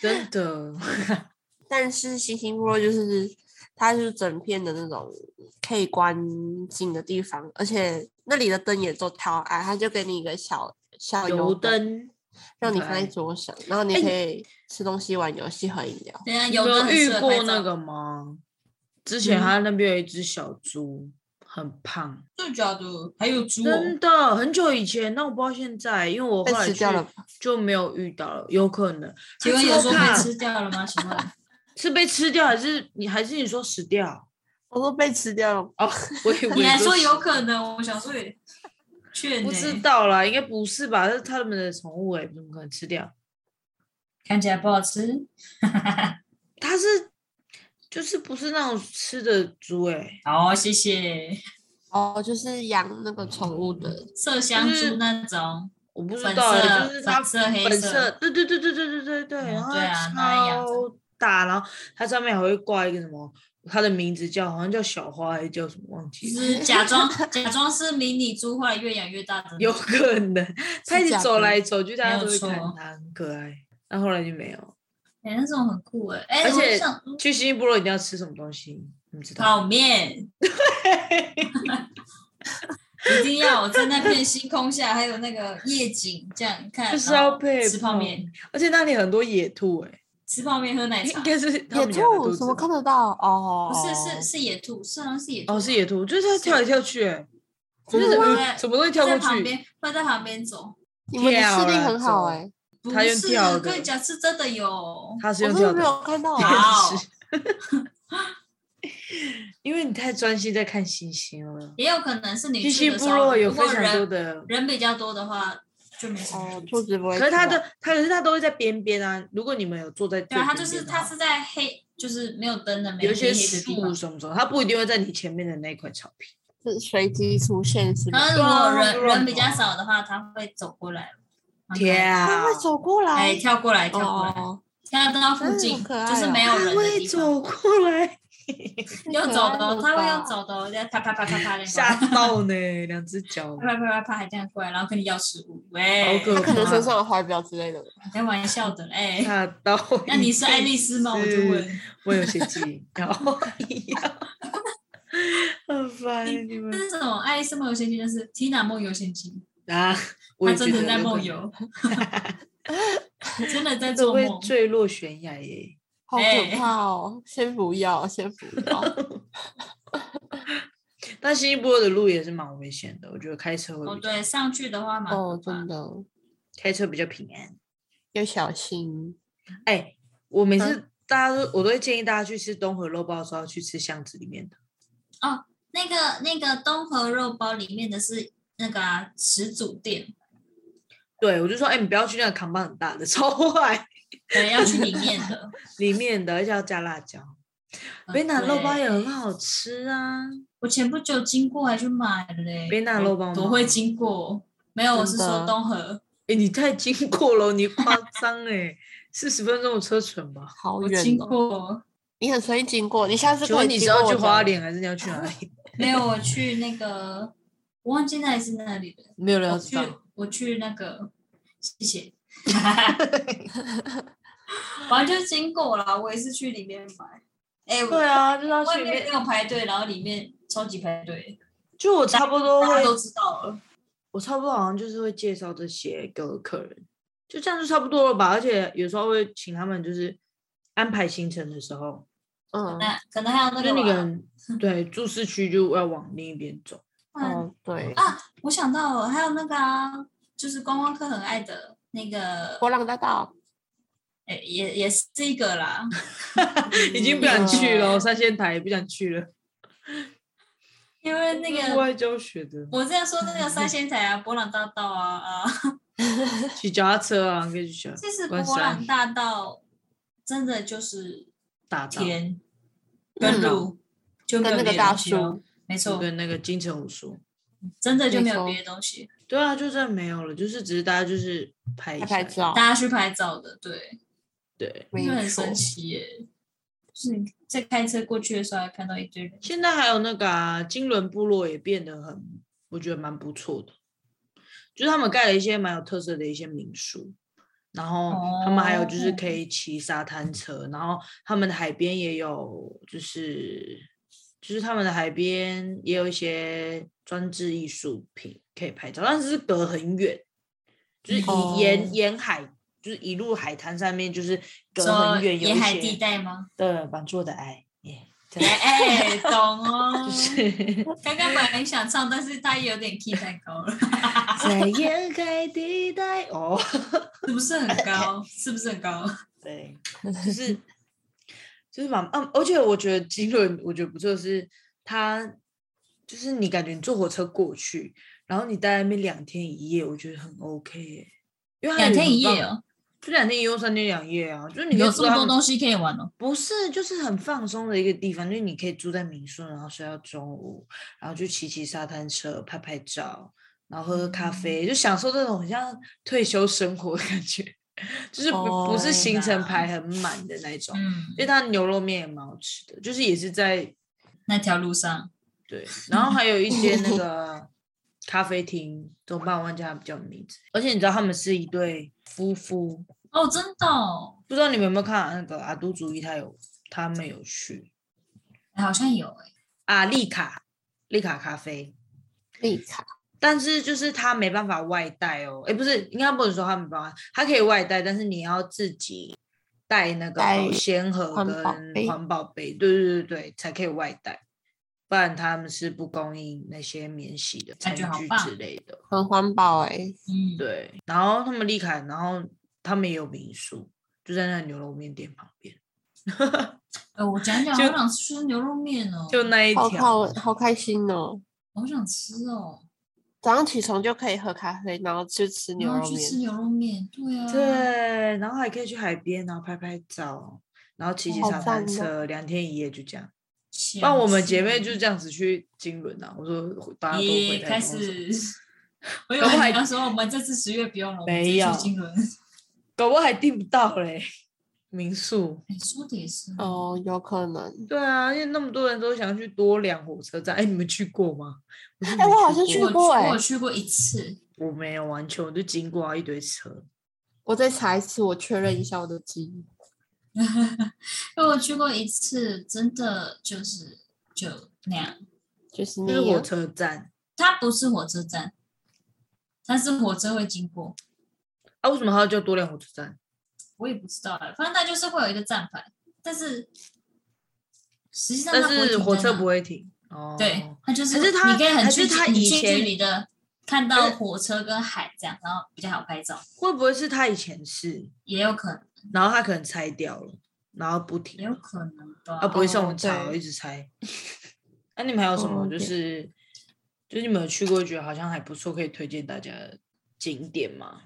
[SPEAKER 1] 真的，
[SPEAKER 2] 但是星星部落就是它就是整片的那种可以观景的地方，而且那里的灯也都超矮，它就给你一个小小
[SPEAKER 1] 油
[SPEAKER 2] 灯，
[SPEAKER 1] 灯
[SPEAKER 2] 让你
[SPEAKER 1] 很
[SPEAKER 2] 放在
[SPEAKER 1] 矮
[SPEAKER 2] 桌上，然后你
[SPEAKER 1] 哎
[SPEAKER 2] 可以吃东西、玩游戏、喝饮料。
[SPEAKER 3] 等一下
[SPEAKER 1] 有没
[SPEAKER 3] 的
[SPEAKER 1] 有
[SPEAKER 3] 很
[SPEAKER 1] 遇
[SPEAKER 3] 适合
[SPEAKER 1] 过
[SPEAKER 3] 拍
[SPEAKER 1] 那
[SPEAKER 3] 照
[SPEAKER 1] 个吗？之前
[SPEAKER 3] 嗯
[SPEAKER 1] 他那边有一只小猪，很胖，
[SPEAKER 3] 真的假的？还有猪哦
[SPEAKER 1] 真的很久以前，但我不知道现在，因为我
[SPEAKER 2] 被
[SPEAKER 1] 后来
[SPEAKER 2] 吃掉了
[SPEAKER 1] 去
[SPEAKER 2] 吧？
[SPEAKER 1] 就没有遇到了，有可能。
[SPEAKER 3] 请问
[SPEAKER 1] 它
[SPEAKER 3] 有
[SPEAKER 1] 超
[SPEAKER 3] 说被
[SPEAKER 1] 胖
[SPEAKER 3] 吃掉了吗？请问
[SPEAKER 1] 是被吃掉，还是你还是你说死掉？
[SPEAKER 2] 我都被吃掉了。
[SPEAKER 1] 哦，我以为
[SPEAKER 3] 你还说
[SPEAKER 1] 死
[SPEAKER 3] 有可欸能？我想说也确呢
[SPEAKER 1] 不知道啦，应该不是吧？这是他们的宠物哎、怎么可能吃掉？
[SPEAKER 3] 看起来不好吃
[SPEAKER 1] 它是就是不是那种吃的猪哎、
[SPEAKER 3] 好，谢谢
[SPEAKER 2] 哦，就是养那个宠物
[SPEAKER 1] 嗯
[SPEAKER 2] 的，
[SPEAKER 3] 麝香
[SPEAKER 1] 就是
[SPEAKER 3] 猪那种，
[SPEAKER 1] 我不知
[SPEAKER 3] 粉
[SPEAKER 1] 道、欸，
[SPEAKER 3] 色
[SPEAKER 1] 就是它
[SPEAKER 3] 粉色黑
[SPEAKER 1] 粉
[SPEAKER 3] 色
[SPEAKER 1] 色，对对对对对对对对，
[SPEAKER 3] 嗯
[SPEAKER 1] 然后
[SPEAKER 3] 对啊那样子
[SPEAKER 1] 超大，然后它上面还会挂一个什么，它的名字叫好像叫小花还是叫什么忘
[SPEAKER 3] 就
[SPEAKER 1] 记了，
[SPEAKER 3] 是假装假装是迷你猪，后来越养越大的那
[SPEAKER 1] 有
[SPEAKER 3] 种，
[SPEAKER 1] 可能它一直
[SPEAKER 2] 假
[SPEAKER 1] 走
[SPEAKER 2] 的
[SPEAKER 1] 来走去，大
[SPEAKER 3] 没
[SPEAKER 1] 家
[SPEAKER 3] 有
[SPEAKER 1] 都会看
[SPEAKER 3] 错哦
[SPEAKER 1] 它，很可爱。但后来就没有。
[SPEAKER 3] 哎、那种很酷哎、哎、
[SPEAKER 1] 而
[SPEAKER 3] 我
[SPEAKER 1] 且
[SPEAKER 3] 就想
[SPEAKER 1] 去新星部落一定要吃什么东西？你们知道？
[SPEAKER 3] 泡面，一定要我在那片星空下，还有那个夜景，这样看，
[SPEAKER 1] 就是
[SPEAKER 3] 然后
[SPEAKER 1] 要配
[SPEAKER 3] 哦吃泡面，
[SPEAKER 1] 而且那里很多野兔、欸，
[SPEAKER 3] 吃泡面喝奶茶
[SPEAKER 1] 应，该是他
[SPEAKER 2] 野
[SPEAKER 1] 们养的
[SPEAKER 2] 兔
[SPEAKER 1] 兔
[SPEAKER 2] 怎
[SPEAKER 1] 子吧
[SPEAKER 2] 么看得到？哦，
[SPEAKER 3] 不是是是野兔，是好像是野兔吧，
[SPEAKER 1] 哦，是野兔，就是它
[SPEAKER 3] 是
[SPEAKER 1] 跳来跳去、欸，就
[SPEAKER 2] 真
[SPEAKER 1] 是
[SPEAKER 2] 的吗
[SPEAKER 1] 呃什么东西跳
[SPEAKER 3] 在
[SPEAKER 1] 过
[SPEAKER 3] 旁
[SPEAKER 1] 去，
[SPEAKER 3] 边会在旁边走，
[SPEAKER 2] 你们的
[SPEAKER 1] 跳
[SPEAKER 2] 视力
[SPEAKER 1] 了
[SPEAKER 2] 很好
[SPEAKER 1] 走
[SPEAKER 2] 哎、
[SPEAKER 3] 不
[SPEAKER 1] 他用
[SPEAKER 3] 是啊
[SPEAKER 1] 跳的
[SPEAKER 3] 跟你讲是真的有，
[SPEAKER 1] 它是
[SPEAKER 2] 我
[SPEAKER 1] 用
[SPEAKER 2] 真的
[SPEAKER 1] 跳的。
[SPEAKER 2] 没有 看到
[SPEAKER 3] 哇
[SPEAKER 2] 啊。
[SPEAKER 3] 哦
[SPEAKER 1] 因为你太专心在看星星了。
[SPEAKER 3] 也有可能是你
[SPEAKER 1] 星
[SPEAKER 3] 去
[SPEAKER 1] 星
[SPEAKER 3] 的时
[SPEAKER 1] 部
[SPEAKER 3] 候
[SPEAKER 1] 落有
[SPEAKER 3] 如
[SPEAKER 1] 非
[SPEAKER 3] 果
[SPEAKER 1] 常
[SPEAKER 3] 人
[SPEAKER 1] 多的，
[SPEAKER 3] 人比较多的话，就没什么
[SPEAKER 2] 哦
[SPEAKER 3] 兔，子。
[SPEAKER 2] 兔子不会
[SPEAKER 1] 可
[SPEAKER 2] 吃啊。
[SPEAKER 1] 是它的它可是它都会在边边啊。如果你们有坐在
[SPEAKER 3] 对
[SPEAKER 1] 最
[SPEAKER 3] 啊，它
[SPEAKER 1] 边
[SPEAKER 3] 就是
[SPEAKER 1] 边的
[SPEAKER 3] 它
[SPEAKER 1] 话
[SPEAKER 3] 是在黑，就是没有灯的，没
[SPEAKER 1] 有一些
[SPEAKER 3] 黑黑的地
[SPEAKER 1] 树
[SPEAKER 3] 方。
[SPEAKER 1] 什么什么，它不一定会在你前面的那块草坪。
[SPEAKER 2] 是随机出现是吗
[SPEAKER 3] 然？后如
[SPEAKER 1] 对啊
[SPEAKER 3] 果
[SPEAKER 1] 它不
[SPEAKER 3] 人
[SPEAKER 1] 乱
[SPEAKER 3] 人比较
[SPEAKER 1] 跑
[SPEAKER 3] 少的话，它会走过来。嗯
[SPEAKER 1] 天啊
[SPEAKER 2] 它会走过来
[SPEAKER 3] 哎，跳过来，跳过来，
[SPEAKER 2] 哦，
[SPEAKER 3] 跳到附近，
[SPEAKER 2] 嗯好可爱
[SPEAKER 3] 就是没有
[SPEAKER 1] 它
[SPEAKER 3] 人的
[SPEAKER 1] 啊会
[SPEAKER 3] 地方。
[SPEAKER 1] 走过来，
[SPEAKER 3] 用走的哦，
[SPEAKER 2] 它
[SPEAKER 3] 它会用走的哦，这样啪啪啪啪啪的，
[SPEAKER 1] 吓
[SPEAKER 3] 啪
[SPEAKER 1] 到呢，两只 脚。
[SPEAKER 3] 啪啪啪啪还这样过来，然后跟你要食物，喂
[SPEAKER 1] 好，可
[SPEAKER 2] 它可能
[SPEAKER 1] 怕
[SPEAKER 2] 身上有怀表之类的。
[SPEAKER 3] 开玩笑的，哎，
[SPEAKER 1] 吓到。
[SPEAKER 3] 那你是爱丽丝吗？我就问。
[SPEAKER 1] 我有些记忆，然后一 样，很烦你
[SPEAKER 3] 那
[SPEAKER 1] 们
[SPEAKER 3] 是什么？爱丽丝梦游仙境，就是 Tina 梦游仙境，
[SPEAKER 1] 啊！我
[SPEAKER 3] 她
[SPEAKER 1] 也觉
[SPEAKER 3] 真
[SPEAKER 1] 得
[SPEAKER 3] 的在
[SPEAKER 1] 有可
[SPEAKER 3] 梦
[SPEAKER 1] 能，
[SPEAKER 3] 游， 真的在
[SPEAKER 1] 都
[SPEAKER 3] 做
[SPEAKER 1] 会
[SPEAKER 3] 梦。
[SPEAKER 1] 坠落悬崖耶。
[SPEAKER 2] 好
[SPEAKER 3] 哎
[SPEAKER 2] 可怕哦！先不要，先不要。
[SPEAKER 1] 但新一波的路也是蛮危险的，我觉得开车会
[SPEAKER 3] 哦，
[SPEAKER 1] 比较
[SPEAKER 3] 对，上去的话嘛，
[SPEAKER 2] 哦，真的
[SPEAKER 1] 开车比较平安。
[SPEAKER 2] 要小心。
[SPEAKER 1] 哎，我每次大家都我都会建议大家去吃东河肉包的时候要去吃巷子里面的，
[SPEAKER 3] 那个那个东河肉包里面的是那个啊始祖店，
[SPEAKER 1] 对我就说，哎，你不要去那个扛棒很大的， 超坏
[SPEAKER 3] 可能要去里面 的。
[SPEAKER 1] 里面的，而且要加辣椒。
[SPEAKER 3] 嗯
[SPEAKER 1] 北南肉包也很好吃啊，
[SPEAKER 3] 我前不久经过还去买了嘞。
[SPEAKER 1] 北南肉包吗
[SPEAKER 3] 我会经过，没有，我是
[SPEAKER 2] 真的
[SPEAKER 3] 说东河，
[SPEAKER 1] 哎，你太经过了，你夸张哎，四十分钟的车程吧？
[SPEAKER 2] 好
[SPEAKER 3] 我
[SPEAKER 2] 远
[SPEAKER 3] 经
[SPEAKER 2] 哦！
[SPEAKER 3] 过，
[SPEAKER 2] 你很随意经过，你下次
[SPEAKER 1] 请
[SPEAKER 2] 可以
[SPEAKER 1] 问你是
[SPEAKER 2] 经过
[SPEAKER 1] 要去
[SPEAKER 2] 我
[SPEAKER 1] 花
[SPEAKER 2] 家，
[SPEAKER 1] 莲还是你要去哪里？
[SPEAKER 3] 没有，我去那个，我忘记那里是哪里了。
[SPEAKER 1] 没有人
[SPEAKER 3] 我
[SPEAKER 1] 要知
[SPEAKER 3] 去
[SPEAKER 1] 道。，
[SPEAKER 3] 我去那个，谢 谢。反正就经过了，我也是去里面买。哎、
[SPEAKER 1] 对啊，就是要
[SPEAKER 3] 外
[SPEAKER 1] 去里
[SPEAKER 3] 面
[SPEAKER 1] 面
[SPEAKER 3] 没有排队，然后里面超级排队，
[SPEAKER 1] 就我差不多
[SPEAKER 3] 大家
[SPEAKER 1] 会，
[SPEAKER 3] 都知道
[SPEAKER 2] 嗯
[SPEAKER 3] 了。
[SPEAKER 1] 我差不多好像就是会介绍这些给我的客人，就这样就差不多了吧。而且有时候会请他们就是安排行程的时候，
[SPEAKER 2] 嗯，
[SPEAKER 3] 那可能还有那
[SPEAKER 1] 就是
[SPEAKER 3] 个
[SPEAKER 1] 你
[SPEAKER 3] 啊
[SPEAKER 1] 可
[SPEAKER 3] 吧，
[SPEAKER 1] 能对住市区就要往另一边走。
[SPEAKER 3] 嗯，
[SPEAKER 2] 哦，对，
[SPEAKER 3] 我想到了，还有那个啊，就是观光客很爱的那个，
[SPEAKER 2] 波浪大道
[SPEAKER 3] 哎、也也是一个啦。
[SPEAKER 1] 已经不
[SPEAKER 2] 那
[SPEAKER 1] 想
[SPEAKER 2] 个
[SPEAKER 1] 去了，三仙台也不想去了。
[SPEAKER 3] 因为那
[SPEAKER 1] 户
[SPEAKER 3] 个
[SPEAKER 1] 外教学的，
[SPEAKER 3] 我这样说那个三仙台
[SPEAKER 2] 嗯
[SPEAKER 3] 啊、博朗大道啊啊，
[SPEAKER 1] 骑脚踏车啊，可以去骑脚踏
[SPEAKER 3] 其实博
[SPEAKER 1] 关山
[SPEAKER 3] 朗大道真的就是
[SPEAKER 1] 大道
[SPEAKER 3] 田跟路，就没
[SPEAKER 2] 嗯跟
[SPEAKER 3] 有别
[SPEAKER 2] 那个
[SPEAKER 3] 的
[SPEAKER 2] 大
[SPEAKER 3] 东西
[SPEAKER 2] 叔
[SPEAKER 3] 了。，没错，
[SPEAKER 1] 跟那个金城武说，
[SPEAKER 3] 真的就没有
[SPEAKER 2] 没错
[SPEAKER 3] 别的东西，
[SPEAKER 1] 对啊，就真的没有了，就是只是大家就是拍一
[SPEAKER 2] 嗯拍
[SPEAKER 1] 下
[SPEAKER 2] 拍，照，
[SPEAKER 3] 大家去拍照的，对，
[SPEAKER 1] 对。
[SPEAKER 2] 没
[SPEAKER 3] 就很
[SPEAKER 2] 错
[SPEAKER 3] 神，奇耶。就是你在开车过去的时候，还看到一堆人。
[SPEAKER 1] 现在还有那个啊，金轮部落也变得很，我觉得蛮不错的，就是他们盖了一些蛮有特色的一些民宿，然后他们还有就是
[SPEAKER 3] 哦
[SPEAKER 1] 可以骑沙滩车，然后他们的海边也有，就是就是他们的海边也有一些装置艺术品可以拍照，但是是隔很远，就是
[SPEAKER 2] 哦
[SPEAKER 1] 以沿沿海。就是一路海滩上面，就是隔
[SPEAKER 3] 说
[SPEAKER 1] 很远有
[SPEAKER 3] 沿
[SPEAKER 1] 一
[SPEAKER 3] 海地
[SPEAKER 1] 些
[SPEAKER 3] 带吗？
[SPEAKER 1] 的满座的爱，耶 这样
[SPEAKER 3] 哎、哎，懂哦
[SPEAKER 1] 就。是
[SPEAKER 3] 刚刚本来想唱，但是他有点 key 太高了，
[SPEAKER 1] 在沿海地 带哦，
[SPEAKER 3] 是不是很高？是不是很高？
[SPEAKER 1] 对，就是就是蛮嗯，而且我觉得金轮我觉得不错的是，它就是你感觉你坐火车过去，然后你待在那边两天一夜，我觉得很 OK 耶因为它
[SPEAKER 3] 两
[SPEAKER 1] 有
[SPEAKER 3] 天一
[SPEAKER 1] 很
[SPEAKER 3] 夜
[SPEAKER 1] 棒，
[SPEAKER 3] 哦，
[SPEAKER 1] 就两天一夜或三天两夜啊，就是你可以
[SPEAKER 3] 有
[SPEAKER 1] 住
[SPEAKER 3] 这么
[SPEAKER 1] 他
[SPEAKER 3] 多
[SPEAKER 1] 们
[SPEAKER 3] 东西可以玩哦。
[SPEAKER 1] 不是，就是很放松的一个地方，就是你可以住在民宿，然后睡到中午，然后去骑骑沙滩车、拍拍照，然后喝喝咖啡，就享受这种很像退休生活的感觉，就是不、不是
[SPEAKER 2] 哦
[SPEAKER 1] 行程
[SPEAKER 3] 那
[SPEAKER 1] 排很满的那种。
[SPEAKER 3] 嗯
[SPEAKER 1] 因，为它牛肉面也蛮好吃的，就是也是在
[SPEAKER 3] 那条路上，
[SPEAKER 1] 对，然后还有一间那个咖啡厅，怎么办？我忘记它叫什么名字。而且你知道他们是一对夫妇，
[SPEAKER 3] 哦，真的、哦，
[SPEAKER 1] 不知道你们有没有看啊那个阿都主义，他有他们有去。
[SPEAKER 3] 哎好像有哎、
[SPEAKER 1] 啊，丽卡，丽卡咖啡，
[SPEAKER 2] 丽卡，
[SPEAKER 1] 但是就是它没办法外带哦，诶，不是，应该不能说它没办法，它可以外带，但是你要自己带那个
[SPEAKER 2] 带
[SPEAKER 1] 保鲜盒
[SPEAKER 2] 环
[SPEAKER 1] 跟
[SPEAKER 2] 保杯
[SPEAKER 1] 环保杯，对对对对，才可以外带，不然他们是不供应那些免洗的餐
[SPEAKER 3] 感觉好
[SPEAKER 1] 具
[SPEAKER 3] 棒
[SPEAKER 1] 之类的。
[SPEAKER 2] 很环保哎，
[SPEAKER 3] 嗯，
[SPEAKER 1] 对，然后他们丽卡，然后他们也有民宿，就在那个牛肉面店旁边，
[SPEAKER 3] 哎、我讲讲，
[SPEAKER 1] 就
[SPEAKER 3] 好想吃牛肉面哦，
[SPEAKER 1] 就那一
[SPEAKER 2] 好
[SPEAKER 1] 条。
[SPEAKER 2] 好好开心哦。
[SPEAKER 3] 好想吃哦，
[SPEAKER 2] 早上起床就可以喝咖啡，然后去吃牛
[SPEAKER 3] 然
[SPEAKER 2] 肉
[SPEAKER 3] 后去吃
[SPEAKER 2] 面，
[SPEAKER 3] 牛肉面，对啊，
[SPEAKER 1] 对，然后还可以去海边，然后拍拍照，然后骑骑
[SPEAKER 2] 好
[SPEAKER 1] 沙滩
[SPEAKER 2] 赞哦
[SPEAKER 1] 车，两天一夜就这样。
[SPEAKER 3] 想吃，
[SPEAKER 1] 不然我们姐妹就这样子去金轮啊。我说大家都回
[SPEAKER 3] 也
[SPEAKER 1] 台
[SPEAKER 3] 开
[SPEAKER 1] 中什么，
[SPEAKER 3] 始。 我有
[SPEAKER 1] 赶快
[SPEAKER 3] 朋友说，我们这次十月不用了，我们直
[SPEAKER 1] 没
[SPEAKER 3] 接
[SPEAKER 1] 有
[SPEAKER 3] 去金轮。
[SPEAKER 1] 搞不好还订不到嘞民宿。
[SPEAKER 3] 你说的也是
[SPEAKER 2] 哦，有可能。
[SPEAKER 1] 对啊，因为那么多人都想要去多良火车站，哎，你们去过吗？哎
[SPEAKER 2] 哎我好像去
[SPEAKER 3] 我
[SPEAKER 2] 过哎
[SPEAKER 3] 我去过一次，
[SPEAKER 1] 我没有完全，我就经过啊一堆车。
[SPEAKER 2] 我再查一次，我确认一下我的记忆。
[SPEAKER 3] 因为我去过一次，真的就是就那样。
[SPEAKER 2] 就是
[SPEAKER 1] 就
[SPEAKER 2] 那
[SPEAKER 1] 是火
[SPEAKER 2] 样，
[SPEAKER 1] 车站
[SPEAKER 3] 它不是火车站，但是火车会经过，
[SPEAKER 1] 啊，为什么它要叫多良火车站？
[SPEAKER 3] 我也不知道啊。反正它就是会有一个站牌，但是实际上它
[SPEAKER 1] 但
[SPEAKER 3] 不会
[SPEAKER 1] 是
[SPEAKER 3] 停
[SPEAKER 1] 火
[SPEAKER 3] 在
[SPEAKER 1] 车
[SPEAKER 3] 那
[SPEAKER 1] 不会停哦。
[SPEAKER 3] 对，它就是
[SPEAKER 1] 还是它
[SPEAKER 3] 你可以很
[SPEAKER 1] 还是
[SPEAKER 3] 近距
[SPEAKER 1] 它
[SPEAKER 3] 很
[SPEAKER 1] 以
[SPEAKER 3] 近
[SPEAKER 1] 前
[SPEAKER 3] 距离的看到
[SPEAKER 1] 还是
[SPEAKER 3] 火车跟海这样，然后比较好拍照，
[SPEAKER 1] 会不会是他以前是，
[SPEAKER 3] 也有可能，
[SPEAKER 1] 然后他可能拆掉了，然后不
[SPEAKER 3] 也
[SPEAKER 1] 停
[SPEAKER 3] 有
[SPEAKER 1] 了，
[SPEAKER 3] 可能吧。
[SPEAKER 1] 啊，不会像我
[SPEAKER 2] 哦
[SPEAKER 1] 拆，我
[SPEAKER 2] 对
[SPEAKER 1] 一直 拆。那、啊你们还有什么
[SPEAKER 2] 哦
[SPEAKER 1] 就
[SPEAKER 2] 对
[SPEAKER 1] 是，就是你们有去过觉得好像还不错，可以推荐大家的景点吗？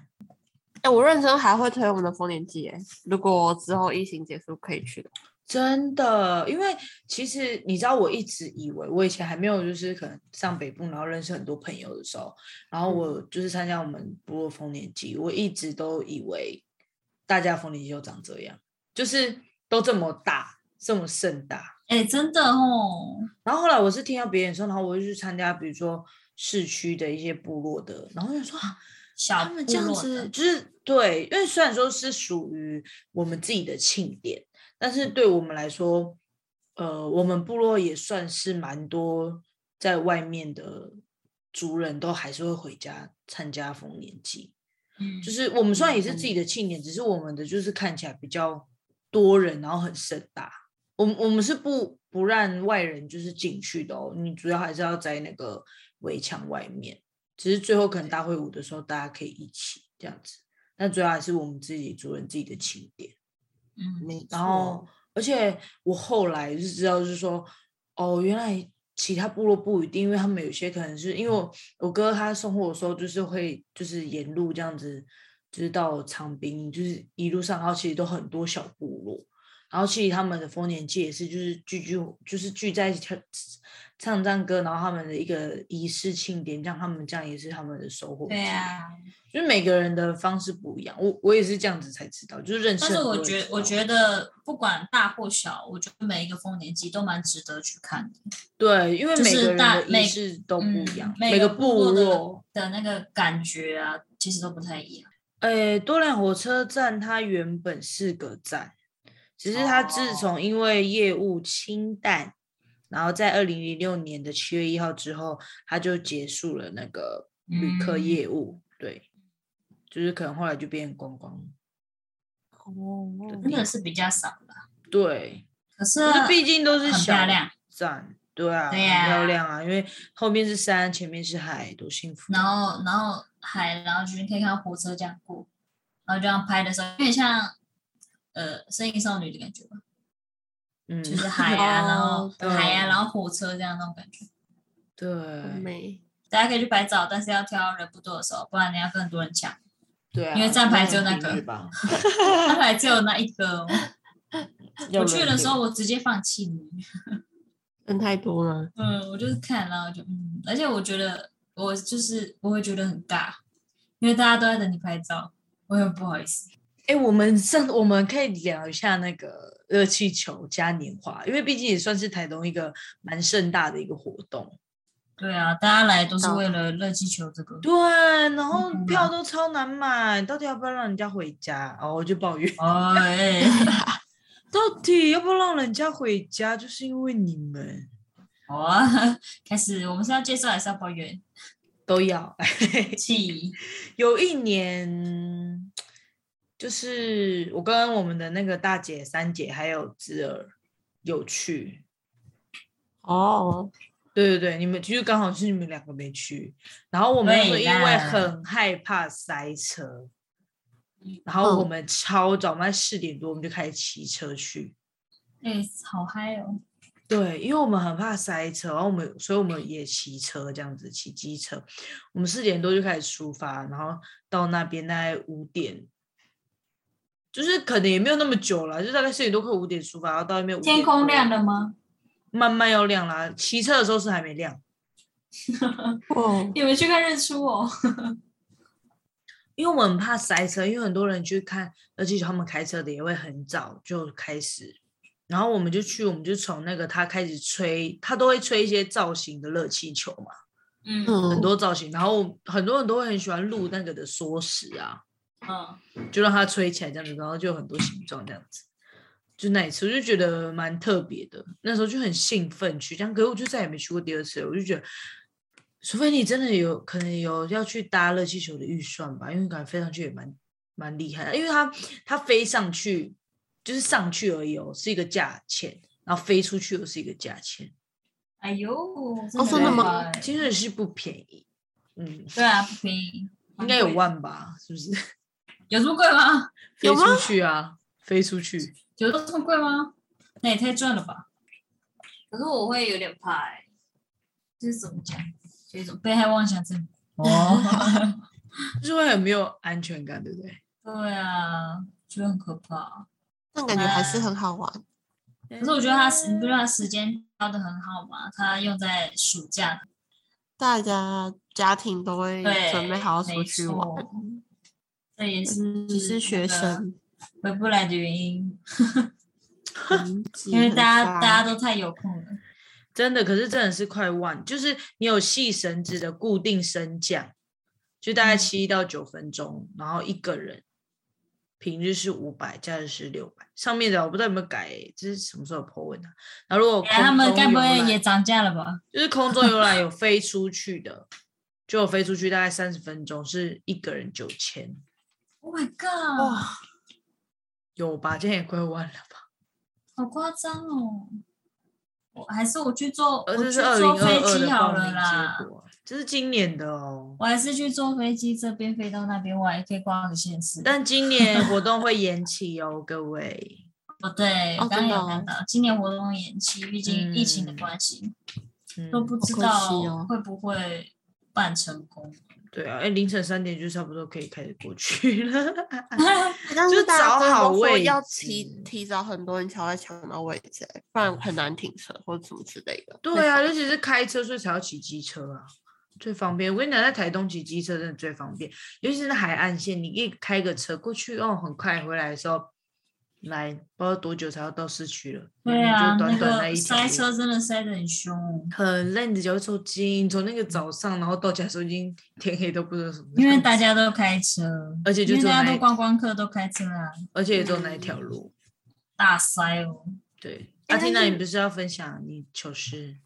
[SPEAKER 2] 哎、我认真还会推我们的丰年祭哎，如果之后疫情结束可以去的，
[SPEAKER 1] 真的，因为其实你知道，我一直以为我以前还没有就是可能上北部，然后认识很多朋友的时候，然后我就是参加我们部落丰年祭，我一直都以为大家丰年祭都长这样，就是都这么大，这么盛大。
[SPEAKER 3] 哎，真的哦，
[SPEAKER 1] 然后后来我是听到别人说，然后我就去参加，比如说市区的一些部落的，然后我就说、啊、
[SPEAKER 3] 小
[SPEAKER 1] 他
[SPEAKER 3] 部
[SPEAKER 1] 们这样
[SPEAKER 3] 落
[SPEAKER 1] 子
[SPEAKER 3] 的，
[SPEAKER 1] 就是对，因为虽然说是属于我们自己的庆典，但
[SPEAKER 3] 嗯
[SPEAKER 1] 是对我们来说，呃，我们部落也算是蛮多在外面的族人都还是会回家参加丰年祭，
[SPEAKER 3] 嗯
[SPEAKER 1] 就是我们虽然也是
[SPEAKER 2] 嗯
[SPEAKER 1] 自己的庆典，只是我们的就是看起来比较多人，然后很盛大。我们我们是不不让外人就是进去的哦，你主要还是要在那个围墙外面。只是最后可能大会舞的时候，大家可以一起这样子。但主要还是我们自己主人自己的庆典。
[SPEAKER 3] 嗯，
[SPEAKER 2] 没
[SPEAKER 1] 然后，而且我后来就知道，就是说，哦，原来其他部落不一定，因为他们有些可能是因为我我哥他送货的时候，就是会就是沿路这样子，就是到长滨，就是一路上，然后其实都很多小部落，然后其实他们的丰年祭也是就是聚聚就是聚在一起跳唱唱歌，然后他们的一个仪式庆典，让他们这样也是他们的收获。
[SPEAKER 3] 对啊，
[SPEAKER 1] 就是每个人的方式不一样，我我也是这样子才知道，就是认识
[SPEAKER 3] 但
[SPEAKER 1] 很
[SPEAKER 3] 是
[SPEAKER 1] 多
[SPEAKER 3] 我
[SPEAKER 1] 人知道。
[SPEAKER 3] 觉我觉得不管大或小，我觉得每一个丰年祭都蛮值得去看的
[SPEAKER 1] 对，因为
[SPEAKER 3] 就
[SPEAKER 1] 每
[SPEAKER 3] 是
[SPEAKER 1] 个人
[SPEAKER 3] 大
[SPEAKER 1] 的仪
[SPEAKER 3] 每
[SPEAKER 1] 式都不一样
[SPEAKER 3] 嗯，每
[SPEAKER 1] 个
[SPEAKER 3] 个
[SPEAKER 1] 部
[SPEAKER 3] 部落的
[SPEAKER 1] 落。
[SPEAKER 3] 的那个感觉啊，其实都不太一样。
[SPEAKER 1] 诶，多良火车站它原本是个站，只是它自
[SPEAKER 3] 哦
[SPEAKER 1] 从因为业务清淡，然后在二零零六年的七月一号之后，它就结束了那个旅客
[SPEAKER 3] 嗯
[SPEAKER 1] 业务。对，就是可能后来就变观光。
[SPEAKER 2] 哦
[SPEAKER 3] 真的是比较少了，
[SPEAKER 1] 对，
[SPEAKER 3] 可是
[SPEAKER 1] 可是毕竟都是
[SPEAKER 3] 很
[SPEAKER 1] 小
[SPEAKER 3] 漂亮，
[SPEAKER 1] 站，对啊，
[SPEAKER 3] 对
[SPEAKER 1] 很漂
[SPEAKER 3] 呀
[SPEAKER 1] 亮啊，因为后面是山，前面是海，多幸福。啊
[SPEAKER 3] 然后然后海，然后就是可以看到火车这样过，然后这样拍的时候，有点像呃《声音少女》的感觉吧，
[SPEAKER 1] 嗯，
[SPEAKER 3] 就是海啊，然后
[SPEAKER 2] 哦
[SPEAKER 3] 海啊，
[SPEAKER 1] 对
[SPEAKER 3] 然后火车这样那种感觉。
[SPEAKER 1] 对，
[SPEAKER 2] 很美，
[SPEAKER 3] 大家可以去拍照，但是要挑人不多的时候，不然你要跟很多人抢。
[SPEAKER 1] 对啊，
[SPEAKER 3] 因为站牌只有那
[SPEAKER 1] 很平
[SPEAKER 3] 个
[SPEAKER 1] 日 吧。
[SPEAKER 3] 他还只有那一个哦，
[SPEAKER 1] 要
[SPEAKER 3] 我去
[SPEAKER 1] 轮
[SPEAKER 3] 的时
[SPEAKER 1] 流
[SPEAKER 3] 候我直接放弃你。
[SPEAKER 2] 人太多了，
[SPEAKER 3] 嗯，我就是看，然后就嗯，而且我觉得我就是我会觉得很尬，因为大家都在等你拍照，我很不好意思。
[SPEAKER 1] 哎、我们上我们可以聊一下那个热气球嘉年华，因为毕竟也算是台东一个蛮盛大的一个活动。
[SPEAKER 3] 对啊，大家来都是
[SPEAKER 2] 懂
[SPEAKER 3] 为了热气球这个。
[SPEAKER 1] 对，啊然后
[SPEAKER 3] 嗯
[SPEAKER 1] 票都超难买，到底要不要让人家回家？哦，我就抱怨，
[SPEAKER 3] 哦，哎
[SPEAKER 1] 到底要不要让人家回家，就是因为你们
[SPEAKER 3] 好啊，开始，我们是要介绍还是要抱怨？
[SPEAKER 1] 都要。
[SPEAKER 3] 气，
[SPEAKER 1] 有一年，就是我跟我们的那个大姐、三姐还有侄儿有去，
[SPEAKER 2] 哦，
[SPEAKER 1] 对对对，你们就是刚好是你们两个没去，然后我们是
[SPEAKER 3] 对
[SPEAKER 1] 因
[SPEAKER 3] 啦
[SPEAKER 1] 为很害怕塞车，然后我
[SPEAKER 2] 嗯
[SPEAKER 1] 们超早，我们在四点多我们就开始骑车去。
[SPEAKER 3] 哎、好嗨哦！
[SPEAKER 1] 对，因为我们很怕塞车，然后我们所以我们也骑车这样子，骑机车。我们四点多就开始出发，然后到那边大概五点，就是可能也没有那么久了，就大概四点多快五点出发，然后到那边5点
[SPEAKER 3] 天空
[SPEAKER 1] 多
[SPEAKER 3] 亮了吗？
[SPEAKER 1] 慢慢要亮啦。骑车的时候是还没亮。
[SPEAKER 2] 哦，
[SPEAKER 3] 你们去看日出哦。
[SPEAKER 1] 因为我们很怕塞车，因为很多人去看，而且他们开车的也会很早就开始，然后我们就去，我们就从那个他开始吹，他都会吹一些造型的热气球嘛，
[SPEAKER 3] 嗯
[SPEAKER 2] 嗯，
[SPEAKER 1] 很多造型，然后很多人都会很喜欢录那个的缩时啊，
[SPEAKER 3] 嗯，
[SPEAKER 1] 就让它吹起来这样子，然后就有很多形状这样子。就那一次，我就觉得蛮特别的，那时候就很兴奋去这样，可是我就再也没去过第二次了。我就觉得，除非你真的有可能有要去搭热气球的预算吧，因为感觉飞上去也蛮蛮厉害的，因为它它飞上去就是上去而已哦，是一个价钱，然后飞出去又是一个价钱，
[SPEAKER 3] 哎呦，
[SPEAKER 2] 哦真的
[SPEAKER 3] 很
[SPEAKER 2] 吗
[SPEAKER 3] 高哎
[SPEAKER 1] 其实是不便宜，嗯，
[SPEAKER 3] 对啊，不便宜，
[SPEAKER 1] 应该有
[SPEAKER 3] 蛮贵的
[SPEAKER 1] 万吧，是不是？
[SPEAKER 3] 有这么贵吗？
[SPEAKER 1] 飞
[SPEAKER 2] 有吗
[SPEAKER 1] 出去啊，飞出去。
[SPEAKER 3] 有这么贵吗？那也太赚了吧！可是我会有点怕、欸，就是怎么讲，有一种被害妄想症。
[SPEAKER 1] 哦， 就是会很没有安全感，对不对？
[SPEAKER 3] 对啊，就很可怕。
[SPEAKER 2] 但感觉还是很好玩，
[SPEAKER 3] 可是我觉得他时，你不觉得他时间挑的很好嘛？他用在暑假，
[SPEAKER 2] 大家家庭都会
[SPEAKER 3] 对，
[SPEAKER 2] 准备好要出去玩，
[SPEAKER 3] 没错。这也是
[SPEAKER 2] 嗯只是学生，
[SPEAKER 3] 回不来的原因，
[SPEAKER 2] 年纪
[SPEAKER 3] 因为
[SPEAKER 2] 很
[SPEAKER 3] 大家
[SPEAKER 2] 大
[SPEAKER 3] 大家都太有空了。
[SPEAKER 1] 真的，可是真的是快忘，就是你有细绳子的固定升降，就大概
[SPEAKER 3] 嗯
[SPEAKER 1] 七到九分钟，然后一个人平日是五百，假日是六百。上面的我不知道有没有改、这是什么时候 po 文的、啊？然后如果空
[SPEAKER 3] 哎、他们
[SPEAKER 1] 中
[SPEAKER 3] 该不
[SPEAKER 1] 游
[SPEAKER 3] 会
[SPEAKER 1] 览
[SPEAKER 3] 也涨价了吧？
[SPEAKER 1] 就是空中游览有飞出去的，就有飞出去大概三十分钟，是一个人九千，
[SPEAKER 3] Oh my god！
[SPEAKER 2] 哇，
[SPEAKER 1] 有吧？这样也快万了吧？
[SPEAKER 3] 好夸张哦！我还是我去坐，
[SPEAKER 1] 而
[SPEAKER 3] 我
[SPEAKER 1] 哦这
[SPEAKER 3] 去
[SPEAKER 1] 是二零二
[SPEAKER 3] 坐飞
[SPEAKER 1] 二
[SPEAKER 3] 机
[SPEAKER 1] 的
[SPEAKER 3] 好
[SPEAKER 1] 报
[SPEAKER 3] 了
[SPEAKER 1] 名结
[SPEAKER 3] 啦。
[SPEAKER 1] 果，这是今年的哦。
[SPEAKER 3] 我还是去坐飞机，这边飞到那边，我还可以逛个县市。
[SPEAKER 1] 但今年活动会延期哦，各位。
[SPEAKER 3] 不对，
[SPEAKER 2] 哦
[SPEAKER 3] 我刚刚
[SPEAKER 2] 真的
[SPEAKER 3] 有
[SPEAKER 2] 哦
[SPEAKER 3] 看到，今年活动延期，毕竟疫情 的
[SPEAKER 1] 嗯
[SPEAKER 3] 关系。都不知
[SPEAKER 2] 好可惜
[SPEAKER 3] 道
[SPEAKER 2] 哦
[SPEAKER 3] 会不会办成功。
[SPEAKER 1] 对啊，哎，凌晨三点就差不多可以开始过去了。
[SPEAKER 2] 啊但
[SPEAKER 1] 就是
[SPEAKER 2] 大家
[SPEAKER 1] 找
[SPEAKER 2] 真的
[SPEAKER 1] 好
[SPEAKER 2] 都说
[SPEAKER 1] 位
[SPEAKER 2] 要
[SPEAKER 1] 置
[SPEAKER 2] 提提早很多，你才会抢到位置欸，不然很难停车或者什么之类的。
[SPEAKER 1] 对啊，尤其是开车，所以才要骑机车啊，最方便。我跟你讲，在台东骑机车真的最方便，尤其是海岸线，你一开个车过去，哦，很快回来的时候，来不知道多久才要到市区了。
[SPEAKER 3] 对啊，
[SPEAKER 1] 就短短
[SPEAKER 3] 那
[SPEAKER 1] 一
[SPEAKER 3] 个
[SPEAKER 1] 条
[SPEAKER 3] 塞
[SPEAKER 1] 路
[SPEAKER 3] 车真的塞得很凶，
[SPEAKER 1] 很累，你的脚会抽筋。从那个早上，然后到家的时候已经天黑，都不知道什么样子。
[SPEAKER 3] 因为大家都开车，
[SPEAKER 1] 而且就
[SPEAKER 3] 因为
[SPEAKER 1] 只有
[SPEAKER 3] 大家
[SPEAKER 1] 那
[SPEAKER 3] 都
[SPEAKER 1] 一
[SPEAKER 3] 观光客都开车啊，
[SPEAKER 1] 而且也只有那一条路。
[SPEAKER 3] 大塞哦。
[SPEAKER 1] 对，
[SPEAKER 2] 哎
[SPEAKER 1] 阿缇娜，
[SPEAKER 2] 但是
[SPEAKER 1] 你不是要分享你糗事？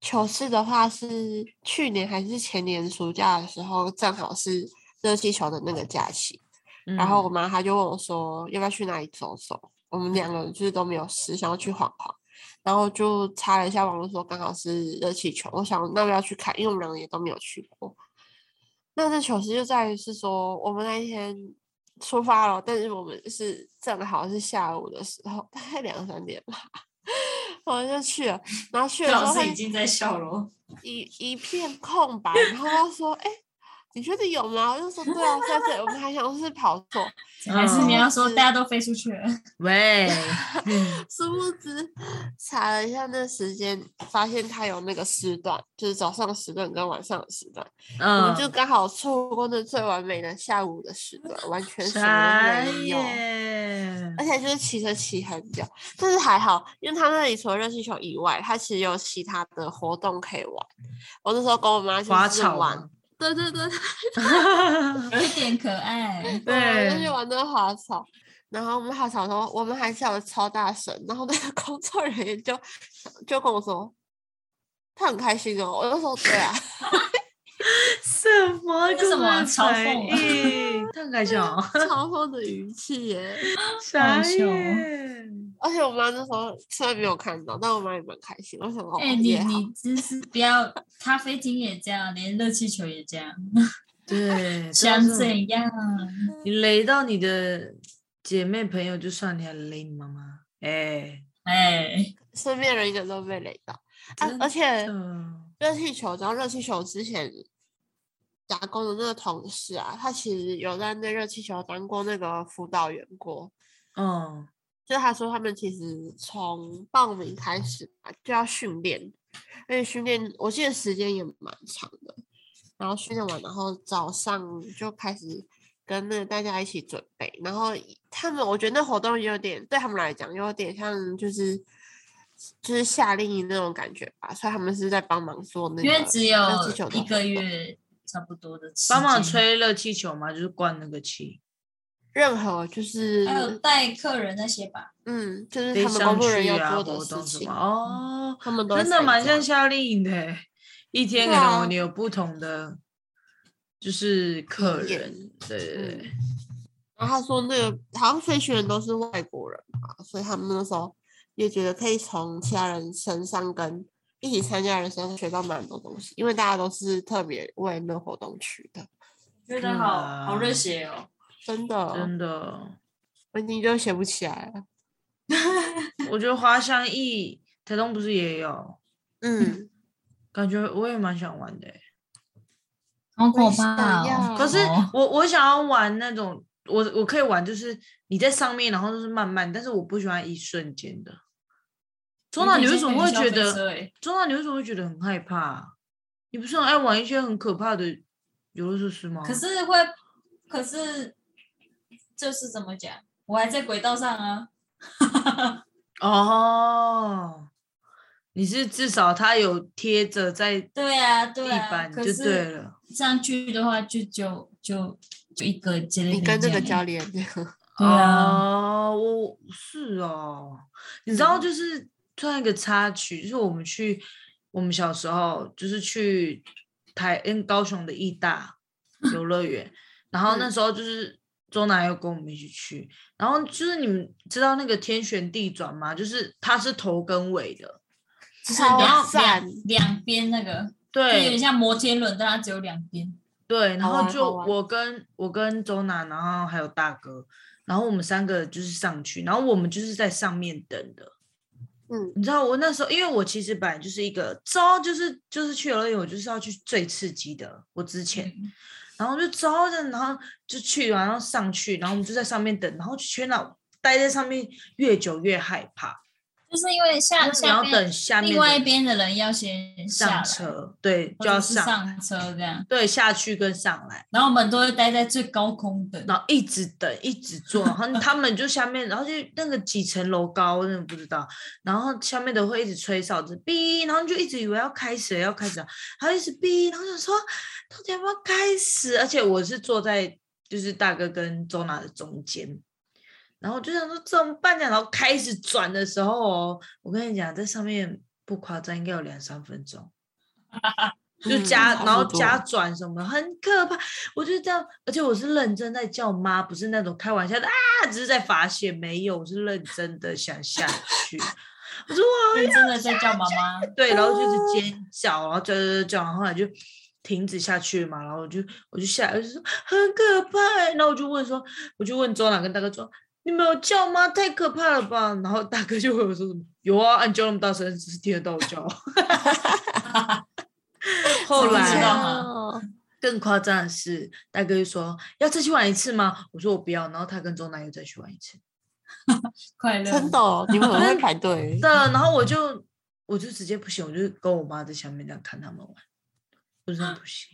[SPEAKER 2] 糗事的话是去年还是前年暑假的时候，正好是热气球的那个假期，然后我
[SPEAKER 3] 嗯
[SPEAKER 2] 妈她就问我说要不要去哪里走走，我们两个就是都没有事，想要去晃晃，然后就查了一下网络说刚好是热气球，我想那我要去看，因为我们两个也都没有去过。那这糗事就在于是说我们那一天出发了，但是我们是正好是下午的时候，大概两三点吧， 我们就去了，然后去了
[SPEAKER 3] 最
[SPEAKER 2] 之
[SPEAKER 3] 好
[SPEAKER 2] 后发
[SPEAKER 3] 是已
[SPEAKER 2] 现
[SPEAKER 3] 经在笑了哦，
[SPEAKER 2] 一一片空白，然后他说：“哎、你确定有吗？”我就说：“对啊，在这里。”我们还想是跑错，
[SPEAKER 3] 还是你要说
[SPEAKER 2] 嗯
[SPEAKER 3] 大家都飞出去了？
[SPEAKER 1] 喂，
[SPEAKER 2] 殊不知查了一下那时间，发现他有那个时段，就是早上的时段跟晚上的时段，我
[SPEAKER 1] 嗯
[SPEAKER 2] 们，就刚好错过那最完美的下午的时段，完全什
[SPEAKER 1] 傻
[SPEAKER 2] 么都没有。
[SPEAKER 1] 眼
[SPEAKER 2] 而且就是骑车骑很久，但是还好，因为他那里除了热气球以外，他其实有其他的活动可以玩。我那时候跟我妈去
[SPEAKER 1] 滑
[SPEAKER 2] 试
[SPEAKER 1] 草
[SPEAKER 2] 玩，
[SPEAKER 1] 吗，
[SPEAKER 2] 对对对，
[SPEAKER 3] 有一点可爱，
[SPEAKER 2] 对，就
[SPEAKER 1] 对
[SPEAKER 2] 去玩那个滑草。然后我们滑草的时候，我们还笑的超大声，然后那个 工作人员就就跟我说，他很开心哦。我就说对 啊，
[SPEAKER 1] 什么
[SPEAKER 3] 这什么
[SPEAKER 1] 个
[SPEAKER 3] 嘲
[SPEAKER 1] 反
[SPEAKER 3] 讽啊
[SPEAKER 1] 应？他很开心 哦，
[SPEAKER 2] 嘲讽的语气耶。
[SPEAKER 1] 傻
[SPEAKER 3] 笑哦
[SPEAKER 1] 眼，
[SPEAKER 2] 而且我妈那时候虽然没有看到，但我妈也蛮开心。我想 哦，
[SPEAKER 3] 哎、你
[SPEAKER 2] 也好，
[SPEAKER 3] 你真是不要，咖啡厅也这样，连热气球也这样，
[SPEAKER 1] 对，
[SPEAKER 3] 想
[SPEAKER 2] 啊
[SPEAKER 1] 真的是
[SPEAKER 3] 怎样？
[SPEAKER 1] 你雷到你的姐妹朋友就算，你还雷你妈妈，哎，
[SPEAKER 3] 哎，
[SPEAKER 2] 身边人一个都被雷到。啊
[SPEAKER 1] 真，
[SPEAKER 2] 而且
[SPEAKER 1] 嗯
[SPEAKER 2] 热气球，然后热气球之前打工的那个同事啊，他其实有在那热气球当过那个辅导员过。
[SPEAKER 1] 嗯，
[SPEAKER 2] 就他说他们其实从报名开始吧就要训练，而且训练我记得时间也蛮长的。然后训练完，然后早上就开始跟那个大家一起准备。然后他们，我觉得那活动有点对他们来讲有点像就是就是夏令营那种感觉吧，所以他们是在帮忙做那
[SPEAKER 3] 因为
[SPEAKER 2] 个
[SPEAKER 3] 只
[SPEAKER 2] 热气球
[SPEAKER 3] 有
[SPEAKER 2] 的
[SPEAKER 3] 一个
[SPEAKER 2] 活动
[SPEAKER 3] 月差不多的时间
[SPEAKER 1] 帮忙，吹热气球嘛，就是灌那个气，
[SPEAKER 2] 任何就是
[SPEAKER 3] 还有带客人那些吧。
[SPEAKER 2] 嗯，就是
[SPEAKER 1] 飞
[SPEAKER 2] 他们工
[SPEAKER 1] 上
[SPEAKER 2] 作人
[SPEAKER 1] 去
[SPEAKER 2] 员
[SPEAKER 1] 啊，
[SPEAKER 2] 要做
[SPEAKER 1] 活
[SPEAKER 2] 的事
[SPEAKER 1] 动什
[SPEAKER 2] 情
[SPEAKER 1] 么，，哦，
[SPEAKER 2] 他们都会
[SPEAKER 1] 真的
[SPEAKER 2] 参
[SPEAKER 1] 蛮
[SPEAKER 2] 加
[SPEAKER 1] 像夏令营的欸，一天可
[SPEAKER 2] 对啊
[SPEAKER 1] 能你有不同的就是客
[SPEAKER 2] 体验嗯
[SPEAKER 1] 人，对对对，
[SPEAKER 2] 然后他说那个好像飞行员都是外国人嘛，所以他们那时候也觉得可以从其他人身上跟一起参加的人身上学到蛮多东西，因为大家都是特别为那活动去的，
[SPEAKER 3] 觉
[SPEAKER 1] 得好嗯好热
[SPEAKER 3] 血哦！
[SPEAKER 2] 真的，
[SPEAKER 1] 真的，
[SPEAKER 2] 我已经就写不起来了。
[SPEAKER 1] 我觉得滑翔翼台东不是也有，
[SPEAKER 2] 嗯，
[SPEAKER 1] 感觉我也蛮想玩的欸，
[SPEAKER 3] 好可
[SPEAKER 2] 我想
[SPEAKER 3] 怕哦！
[SPEAKER 2] 要
[SPEAKER 1] 可是我我想要玩那种。我我可以玩，就是你在上面，然后就是慢慢，但是我不喜欢一瞬间的。中岛，你为什么会觉得？
[SPEAKER 3] 欸
[SPEAKER 1] 中岛，你为什么会觉得很害怕啊、你不是很爱玩一些很可怕的游乐设施
[SPEAKER 2] 哦
[SPEAKER 1] 吗？
[SPEAKER 3] 可是会，可是就是怎么讲？我还在轨道上啊，
[SPEAKER 1] 哦，你是至少它有贴着在地
[SPEAKER 3] 对啊，对啊。
[SPEAKER 1] 板
[SPEAKER 3] 可
[SPEAKER 1] 就是对了。
[SPEAKER 3] 上去的话就，就就就一个接了一
[SPEAKER 2] 你跟
[SPEAKER 3] 这
[SPEAKER 2] 那个
[SPEAKER 3] 样
[SPEAKER 2] 教练
[SPEAKER 3] 对啊，
[SPEAKER 1] 哦，我是哦，你知道，就是突然一个插曲，就是我们去我们小时候就是去台嗯高雄的义大
[SPEAKER 3] 嗯
[SPEAKER 1] 游乐园，然后那
[SPEAKER 2] 嗯
[SPEAKER 1] 时候就是周南又跟我们一起去，然后就是你们知道那个天旋地转吗？就是它是头跟尾的，
[SPEAKER 3] 就是
[SPEAKER 2] 超
[SPEAKER 3] 两
[SPEAKER 2] 赞
[SPEAKER 3] 两两边那个，就有
[SPEAKER 1] 对
[SPEAKER 3] 点像摩天轮，但它只有两边。
[SPEAKER 1] 对，然
[SPEAKER 2] 好
[SPEAKER 1] 后
[SPEAKER 2] 玩
[SPEAKER 1] 就
[SPEAKER 2] 好玩
[SPEAKER 1] 我跟我跟周南，然后还有大哥，然后我们三个就是上去，然后我们就是在上面等的。
[SPEAKER 4] 嗯
[SPEAKER 1] 你知道我那时候，因为我其实本来就是一个招，就是就是去游乐园，我就是要去最刺激的。我之前，
[SPEAKER 3] 嗯
[SPEAKER 1] 然后就招着，然后就去，然后上去，然后我们就在上面等，然后就全脑待在上面越久越害怕，
[SPEAKER 3] 就是因为
[SPEAKER 1] 因
[SPEAKER 3] 下
[SPEAKER 1] 为你要
[SPEAKER 3] 下
[SPEAKER 1] 等
[SPEAKER 3] 面
[SPEAKER 1] 下面
[SPEAKER 3] 另外一
[SPEAKER 1] 的
[SPEAKER 3] 边的人要先下
[SPEAKER 1] 上
[SPEAKER 3] 来，
[SPEAKER 1] 车，对，
[SPEAKER 3] 或
[SPEAKER 1] 就要
[SPEAKER 3] 者是
[SPEAKER 1] 上，
[SPEAKER 3] 上车这样，
[SPEAKER 1] 对，下去跟上来。
[SPEAKER 3] 然后我们都会待在最高空等。
[SPEAKER 1] 然后一直等，一直坐，然后他们就下面，然后就那个几层楼高，我真的不知道。然后下面的会一直吹哨子，哔，然后就一直以为要开始了，要开始了，然后一直哔，然后想说到底要不要开始？而且我是坐在就是大哥跟周娜的中间，然后我就想说怎么办呢？然后开始转的时候哦，我跟你讲，在上面不夸张，应该有两三分钟。就
[SPEAKER 4] 嗯
[SPEAKER 1] 加，
[SPEAKER 2] 差
[SPEAKER 1] 然后
[SPEAKER 2] 不多
[SPEAKER 1] 加转什么，很可怕。我就这样，而且我是认真在叫妈，不是那种开玩笑的啊，只是在发泄，没有，我是认真的想下去。我说哇，
[SPEAKER 3] 认真的在叫妈妈，
[SPEAKER 1] 对，然后就是尖叫，然后叫叫叫叫，然后后来就停止下去嘛，然后我就我就下来，我就说很可怕欸，然后我就问说，我就问周朗跟大哥说，你们有叫吗？太可怕了吧？然后大哥就回我说什么有啊，啊你叫那么大声，只是听得到我叫。 后
[SPEAKER 3] 不
[SPEAKER 1] 来
[SPEAKER 3] 知道吗
[SPEAKER 4] 哦
[SPEAKER 1] 更夸张的是，大哥就说要再去玩一次吗？我说我不要，然后他跟钟南又再去玩一次。
[SPEAKER 3] 快乐，
[SPEAKER 2] 真的哦，你们很会排队
[SPEAKER 1] 对，然后我就我就直接不行，我就跟我妈在下面这样看他们玩，我真的不行。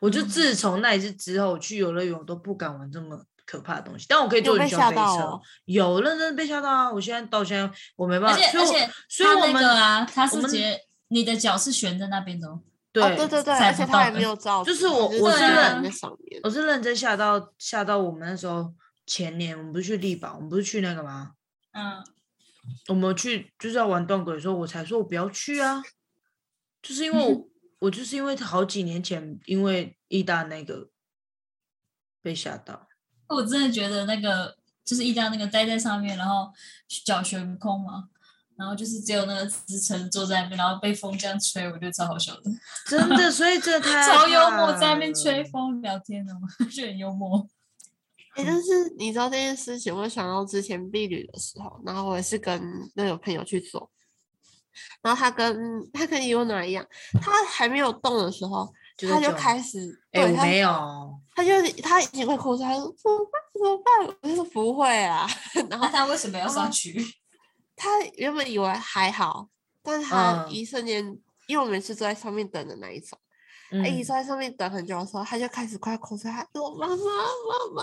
[SPEAKER 1] 我就自从那一次之后，我去游乐园我都不敢玩这么可怕的东西。但我可以坐
[SPEAKER 2] 有
[SPEAKER 1] 云
[SPEAKER 2] 被
[SPEAKER 1] 霄
[SPEAKER 2] 吓
[SPEAKER 1] 飞
[SPEAKER 2] 到
[SPEAKER 1] 车
[SPEAKER 2] 哦，
[SPEAKER 1] 有认真被吓到啊！我现在到现在我没
[SPEAKER 3] 而
[SPEAKER 1] 办法，
[SPEAKER 3] 且
[SPEAKER 1] 所以
[SPEAKER 3] 而
[SPEAKER 1] 我
[SPEAKER 3] 且
[SPEAKER 1] 所以我
[SPEAKER 3] 他那
[SPEAKER 1] 们
[SPEAKER 3] 个啊，他
[SPEAKER 1] 我
[SPEAKER 3] 是
[SPEAKER 1] 们
[SPEAKER 3] 觉你的脚是悬在那边的哦，
[SPEAKER 1] 对、
[SPEAKER 2] 哦，对对对，
[SPEAKER 3] 踩
[SPEAKER 2] 而且
[SPEAKER 3] 不
[SPEAKER 2] 他
[SPEAKER 3] 到
[SPEAKER 2] 也没
[SPEAKER 3] 的
[SPEAKER 2] 有照顾，
[SPEAKER 1] 就是我
[SPEAKER 2] 就
[SPEAKER 1] 我
[SPEAKER 2] 是
[SPEAKER 3] 是
[SPEAKER 2] 人
[SPEAKER 3] 认
[SPEAKER 2] 在上面，
[SPEAKER 1] 我是认真吓到吓到我们那时候前年，我们不是去力宝，我们不是去那个吗？
[SPEAKER 3] 嗯，
[SPEAKER 1] 我们去就是要玩断轨的时候，我才说我不要去啊，就是
[SPEAKER 3] 嗯
[SPEAKER 1] 因为我我就是因为好几年前因为意大那个被吓 到，
[SPEAKER 3] 我真的觉得那个就是一张那个待在上面，然后脚悬空嘛，然后就是只有那个支撑坐在那边，然后被风这样吹，我觉得超好笑的，
[SPEAKER 1] 真的，所以这太
[SPEAKER 3] 超
[SPEAKER 1] 害
[SPEAKER 3] 幽默，
[SPEAKER 1] 怕
[SPEAKER 3] 在那边吹
[SPEAKER 1] 了
[SPEAKER 3] 风聊天的， 我觉得很幽默。
[SPEAKER 2] 哎、
[SPEAKER 1] 嗯
[SPEAKER 2] 但是你知道这件事情，我想到之前避旅的时候，然后我也是跟那个朋友去做，然后他跟他跟 Yuna 一样，他还没有动的时候，
[SPEAKER 1] 就
[SPEAKER 2] 他
[SPEAKER 1] 在
[SPEAKER 2] 就
[SPEAKER 1] 叫
[SPEAKER 2] 开始，
[SPEAKER 1] 哎、
[SPEAKER 2] 对
[SPEAKER 1] 我
[SPEAKER 2] 他
[SPEAKER 1] 没有，
[SPEAKER 2] 他就是他已经会哭出来，他说怎么办怎么办？我就说不会啦，然后
[SPEAKER 3] 啊那他为什么要上 去？
[SPEAKER 2] 他原本以为还好，但是他
[SPEAKER 1] 嗯
[SPEAKER 2] 一瞬间，因为我们是坐在上面等的那一
[SPEAKER 1] 嗯
[SPEAKER 2] 种。
[SPEAKER 3] 哎
[SPEAKER 2] 哎他一坐在上面等很久的时候，他就开始快哭出来，他说：“妈妈，妈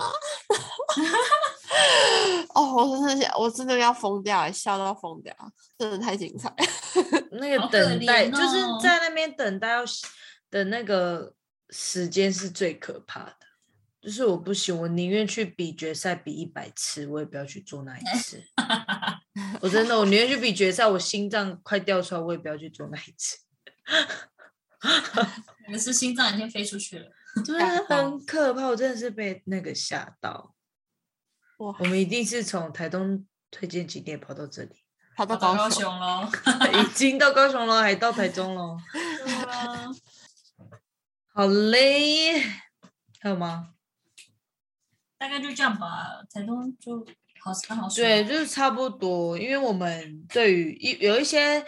[SPEAKER 2] 妈！”哦，我真的想，我真的要疯掉欸，笑到疯掉，真的太精彩了。
[SPEAKER 1] 那个
[SPEAKER 3] 好可
[SPEAKER 1] 等待、
[SPEAKER 3] 怜
[SPEAKER 1] 就是
[SPEAKER 3] 哦
[SPEAKER 1] 在那边等待要的那个时间是最可怕的，就是我不行，我宁愿去比决赛比一百次，我也不要去做 那一次。我真的，我宁愿去比决赛，我心脏快掉出来，我也不要去做那一次。
[SPEAKER 3] 可能是心脏已经飞出去了。
[SPEAKER 1] 对
[SPEAKER 2] 感
[SPEAKER 1] 啊，
[SPEAKER 2] 动
[SPEAKER 1] 很可怕，我真的是被那个吓到。
[SPEAKER 2] 哇
[SPEAKER 1] 我，们一定是从台东推荐景点跑到这里，
[SPEAKER 2] 跑到
[SPEAKER 3] 跑到
[SPEAKER 2] 高
[SPEAKER 3] 高
[SPEAKER 2] 雄，
[SPEAKER 3] 雄喽！
[SPEAKER 1] 已经到高雄了，还到台中了。
[SPEAKER 3] 对啊
[SPEAKER 1] 好嘞，还有吗？
[SPEAKER 3] 大概就这样吧，台东就好山好水。
[SPEAKER 1] 对，就是差不多，因为我们对于一有一些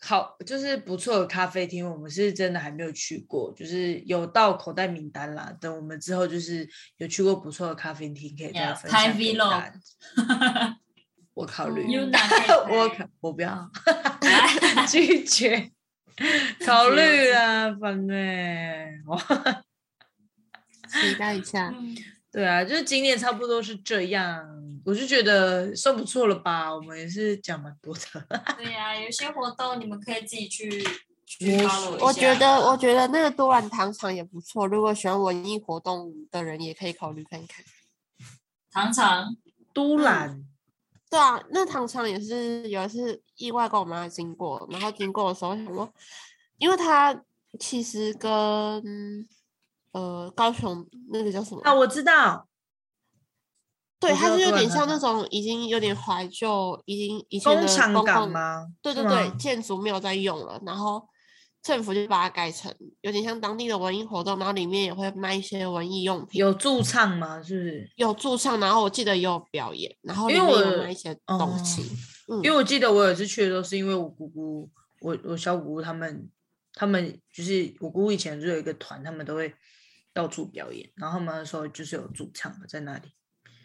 [SPEAKER 1] 好，就是不错的咖啡厅，我们是真的还没有去过，就是有到口袋名单啦。等我们之后就是有去过不错的咖啡厅，可以再
[SPEAKER 3] Yeah，
[SPEAKER 1] 分享
[SPEAKER 3] 开
[SPEAKER 1] 给
[SPEAKER 3] vlog 哦
[SPEAKER 1] 大家。我考虑，
[SPEAKER 3] Yuna 可 以
[SPEAKER 1] 我考，我不 要拒绝，考虑啦，哦反正我。
[SPEAKER 2] 期待一下。
[SPEAKER 3] 嗯
[SPEAKER 1] 对啊，就是景点差不多是这样，我就觉得算不错了吧。我们也是讲蛮多的，
[SPEAKER 3] 对呀、有些活动你们可以自己去去
[SPEAKER 1] 摸
[SPEAKER 3] follow 一下。
[SPEAKER 2] 我觉得，我觉得那个多兰糖厂也不错，如果喜欢文艺活动的人也可以考虑看看。
[SPEAKER 3] 糖厂嗯
[SPEAKER 1] 都兰
[SPEAKER 2] 对啊，那糖厂也是有一次意外跟我妈经过，然后经过的时候想说，因为它其实跟呃高雄那个叫什么
[SPEAKER 1] 啊，我知道，
[SPEAKER 2] 对，
[SPEAKER 1] 我知
[SPEAKER 2] 它
[SPEAKER 1] 道
[SPEAKER 2] 是有
[SPEAKER 1] 多
[SPEAKER 2] 点
[SPEAKER 1] 兰
[SPEAKER 2] 像那
[SPEAKER 1] 糖
[SPEAKER 2] 种已经有点怀旧，已经以前
[SPEAKER 1] 啊工
[SPEAKER 2] 的
[SPEAKER 1] 厂
[SPEAKER 2] 公
[SPEAKER 1] 港
[SPEAKER 2] 共？
[SPEAKER 1] 吗？
[SPEAKER 2] 对
[SPEAKER 1] 是
[SPEAKER 2] 对对
[SPEAKER 1] 吗，
[SPEAKER 2] 建筑没有在用了，然后政府就把它改成有点像当地的文艺活动，然后里面也会卖一些文艺用品，
[SPEAKER 1] 有驻唱吗？是不是？
[SPEAKER 2] 有驻唱，然后我记得也有表演，然后
[SPEAKER 1] 因
[SPEAKER 2] 里
[SPEAKER 1] 为
[SPEAKER 2] 面有
[SPEAKER 1] 我
[SPEAKER 2] 卖一些
[SPEAKER 1] 哦
[SPEAKER 2] 东西。
[SPEAKER 1] 因
[SPEAKER 3] 嗯
[SPEAKER 1] 为我记得我有一次去的时候，是因为我姑姑，我我小姑姑他们，他们就是我姑姑以前就有一个团，他们都会到处表演，然后他们那时候就是有驻唱的在那里，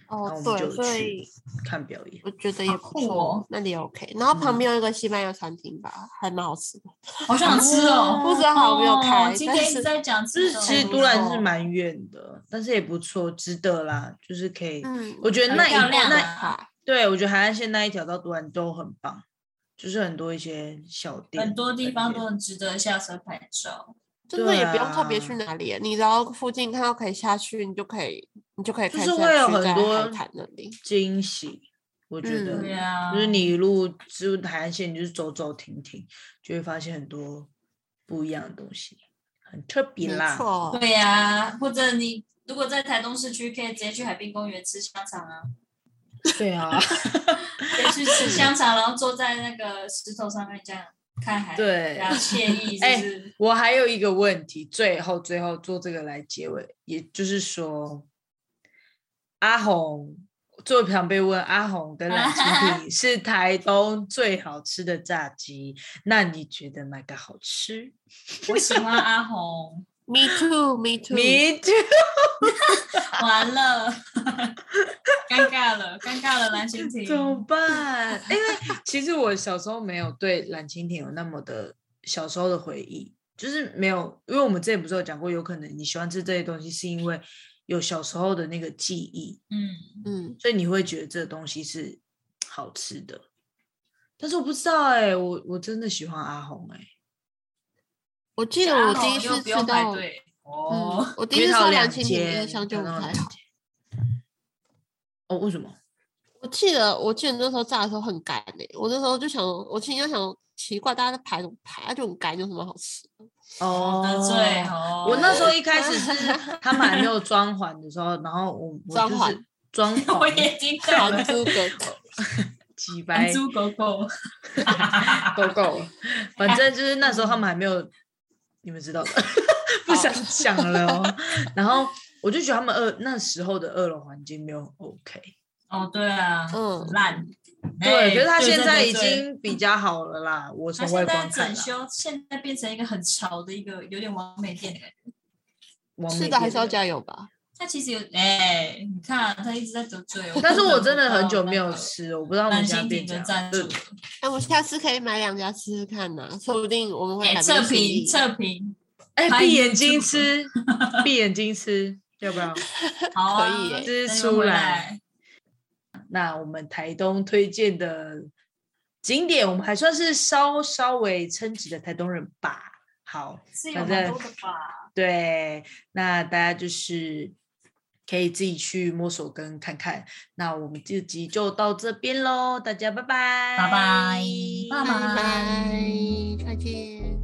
[SPEAKER 1] 然后
[SPEAKER 2] 哦
[SPEAKER 1] 我，们
[SPEAKER 2] 对，
[SPEAKER 1] 就
[SPEAKER 2] 所
[SPEAKER 1] 去
[SPEAKER 2] 以
[SPEAKER 1] 看表演。
[SPEAKER 2] 我觉得也不
[SPEAKER 3] 酷
[SPEAKER 2] 错
[SPEAKER 3] 哦，
[SPEAKER 2] 那里也 OK。然后
[SPEAKER 1] 嗯
[SPEAKER 2] 旁边有一个西班牙餐厅吧，还蛮好吃的。
[SPEAKER 3] 好想吃哦。
[SPEAKER 2] 不知道还有没有
[SPEAKER 3] 哦
[SPEAKER 2] 开，
[SPEAKER 3] 今
[SPEAKER 2] 但
[SPEAKER 3] 天一
[SPEAKER 2] 是
[SPEAKER 3] 直在讲
[SPEAKER 1] 就是
[SPEAKER 3] 吃的，
[SPEAKER 1] 其实
[SPEAKER 2] 不
[SPEAKER 1] 都兰
[SPEAKER 2] 错
[SPEAKER 1] 是蛮远的，但是也不错，值得啦，就是可以。
[SPEAKER 2] 嗯，
[SPEAKER 1] 我觉得
[SPEAKER 2] 很
[SPEAKER 1] 那一
[SPEAKER 3] 漂亮
[SPEAKER 1] 那
[SPEAKER 3] 啊
[SPEAKER 2] 好
[SPEAKER 1] 对，我觉得海岸线那一条到独兰都很棒，就是很多一些小店，
[SPEAKER 3] 很多地方
[SPEAKER 1] 感
[SPEAKER 3] 都
[SPEAKER 1] 觉
[SPEAKER 3] 很值得下车拍照。
[SPEAKER 2] 真的
[SPEAKER 1] 对
[SPEAKER 2] 也不用特别
[SPEAKER 1] 啊
[SPEAKER 2] 去哪里，你只要附近看到可以下去，你就可以，你就可以
[SPEAKER 1] 就
[SPEAKER 2] 开
[SPEAKER 1] 是
[SPEAKER 2] 车
[SPEAKER 1] 会有
[SPEAKER 2] 去
[SPEAKER 1] 很
[SPEAKER 2] 在
[SPEAKER 1] 多
[SPEAKER 2] 海滩那里。
[SPEAKER 1] 惊喜，我觉得。
[SPEAKER 2] 嗯
[SPEAKER 3] 对啊呀、
[SPEAKER 1] 就是你一路就是海岸线，你就是走走停停，就会发现很多不一样的东西，很特别
[SPEAKER 2] 没
[SPEAKER 1] 啦。
[SPEAKER 2] 错，
[SPEAKER 3] 对呀、或者你如果在台东市区，可以直接去海滨公园吃香肠啊，
[SPEAKER 1] 对啊，
[SPEAKER 3] 直接去吃香肠，然后坐在那个石头上面这样看 海，
[SPEAKER 1] 对
[SPEAKER 3] 然后惬意，
[SPEAKER 1] 哎
[SPEAKER 3] 是不是？
[SPEAKER 1] 我还有一个问题，最后最后做这个来结尾，也就是说，阿红最常被问阿红跟蓝蜻蜓 是台东最好吃的炸鸡，那你觉得哪个好吃
[SPEAKER 3] 我喜欢阿红，
[SPEAKER 2] ，Me too，Me too。
[SPEAKER 1] ？Me too。
[SPEAKER 3] 完了，尴尬了，尴尬了，蓝蜻
[SPEAKER 1] 怎么
[SPEAKER 3] 蜓。
[SPEAKER 1] 办？因为其实我小时候没有对蓝蜻蜓有那么的小时候的回忆，就是没有，因为我们之前不是有讲过，有可能你喜欢吃这些东西是因为有小时候的那个记忆，
[SPEAKER 3] 嗯，
[SPEAKER 2] 嗯，
[SPEAKER 1] 所以你会觉得这个东西是好吃的。但是我不知道哎、我我真的喜欢阿红哎、
[SPEAKER 2] 我记得
[SPEAKER 3] 阿
[SPEAKER 2] 我
[SPEAKER 3] 红
[SPEAKER 2] 第一
[SPEAKER 3] 就
[SPEAKER 2] 次
[SPEAKER 3] 不
[SPEAKER 2] 吃
[SPEAKER 3] 用排
[SPEAKER 2] 到，
[SPEAKER 3] 队
[SPEAKER 2] 嗯
[SPEAKER 3] 哦，，
[SPEAKER 2] 我第
[SPEAKER 1] 因
[SPEAKER 2] 一
[SPEAKER 1] 为
[SPEAKER 2] 次吃
[SPEAKER 1] 它有
[SPEAKER 2] 到
[SPEAKER 1] 两
[SPEAKER 2] 蓝蜻蜓的
[SPEAKER 1] 间嗯
[SPEAKER 2] 印象就
[SPEAKER 1] 看
[SPEAKER 2] 不
[SPEAKER 1] 到
[SPEAKER 2] 太
[SPEAKER 1] 两
[SPEAKER 2] 好。
[SPEAKER 1] 哦，为什么？
[SPEAKER 2] 我记得，我记得那时候炸的时候很干诶、我那时候就想，我心里就想，奇怪，大家在排什么排，啊就很干，有什么好吃？
[SPEAKER 1] 哦
[SPEAKER 3] 得罪哦。
[SPEAKER 1] 我那时候一开始是他们还没有装潢的时候，然后我我
[SPEAKER 2] 装
[SPEAKER 1] 就是
[SPEAKER 2] 潢
[SPEAKER 1] 装潢，
[SPEAKER 3] 我也听
[SPEAKER 1] 啊
[SPEAKER 3] 到了
[SPEAKER 2] 弹，珠格格，
[SPEAKER 1] 几百
[SPEAKER 3] 弹珠狗狗，啊
[SPEAKER 1] 都够了。反正就是那时候他们还没有，你们知道的，不想讲了哦。然后我就觉得他们二那时候的二楼环境没有很 OK，
[SPEAKER 3] 哦，对啊，
[SPEAKER 2] 嗯，
[SPEAKER 3] 烂。哎
[SPEAKER 1] 对，可是他
[SPEAKER 3] 就
[SPEAKER 1] 现在
[SPEAKER 3] 得
[SPEAKER 1] 已
[SPEAKER 3] 罪
[SPEAKER 1] 经比较好了啦。我
[SPEAKER 3] 它
[SPEAKER 1] 从外
[SPEAKER 3] 现在
[SPEAKER 1] 观看
[SPEAKER 3] 整
[SPEAKER 1] 啦，
[SPEAKER 3] 修，现在变成一个很潮的一个有点完美店的感觉。
[SPEAKER 1] 王
[SPEAKER 2] 吃
[SPEAKER 1] 美
[SPEAKER 2] 的
[SPEAKER 1] 店
[SPEAKER 2] 还是要
[SPEAKER 1] 那个
[SPEAKER 2] 加油吧。
[SPEAKER 3] 它其实有，哎、你看它一直在得罪我。
[SPEAKER 1] 但是 我真的
[SPEAKER 3] 哦
[SPEAKER 1] 很久没有吃了，我不知道我
[SPEAKER 3] 蓝
[SPEAKER 1] 们家
[SPEAKER 3] 蜻
[SPEAKER 1] 变
[SPEAKER 3] 蜓
[SPEAKER 1] 这
[SPEAKER 3] 的
[SPEAKER 1] 样。
[SPEAKER 3] 赞助
[SPEAKER 1] 对
[SPEAKER 3] 了，
[SPEAKER 2] 哎、我下次可以买两家试试看呐、说不定我们会
[SPEAKER 3] 哎、
[SPEAKER 2] 改
[SPEAKER 3] 测
[SPEAKER 2] 变心
[SPEAKER 3] 评
[SPEAKER 2] 意。
[SPEAKER 3] 测评，
[SPEAKER 1] 哎，
[SPEAKER 3] 拍
[SPEAKER 1] 闭眼
[SPEAKER 3] YouTube
[SPEAKER 1] 睛吃，闭眼睛吃，要不要？
[SPEAKER 3] 好啊，
[SPEAKER 2] 可以哎
[SPEAKER 1] 吃
[SPEAKER 3] 那就
[SPEAKER 1] 出
[SPEAKER 3] 回
[SPEAKER 1] 来。那我们台东推荐的景点，我们还算是稍稍微称职的台东人吧。好，
[SPEAKER 3] 是有
[SPEAKER 1] 反
[SPEAKER 3] 蛮
[SPEAKER 1] 正
[SPEAKER 3] 多的吧？
[SPEAKER 1] 对，那大家就是可以自己去摸索跟看看。那我们这集就到这边喽，大家拜拜，
[SPEAKER 3] 拜拜拜
[SPEAKER 2] 拜
[SPEAKER 3] 拜
[SPEAKER 2] 拜，再见。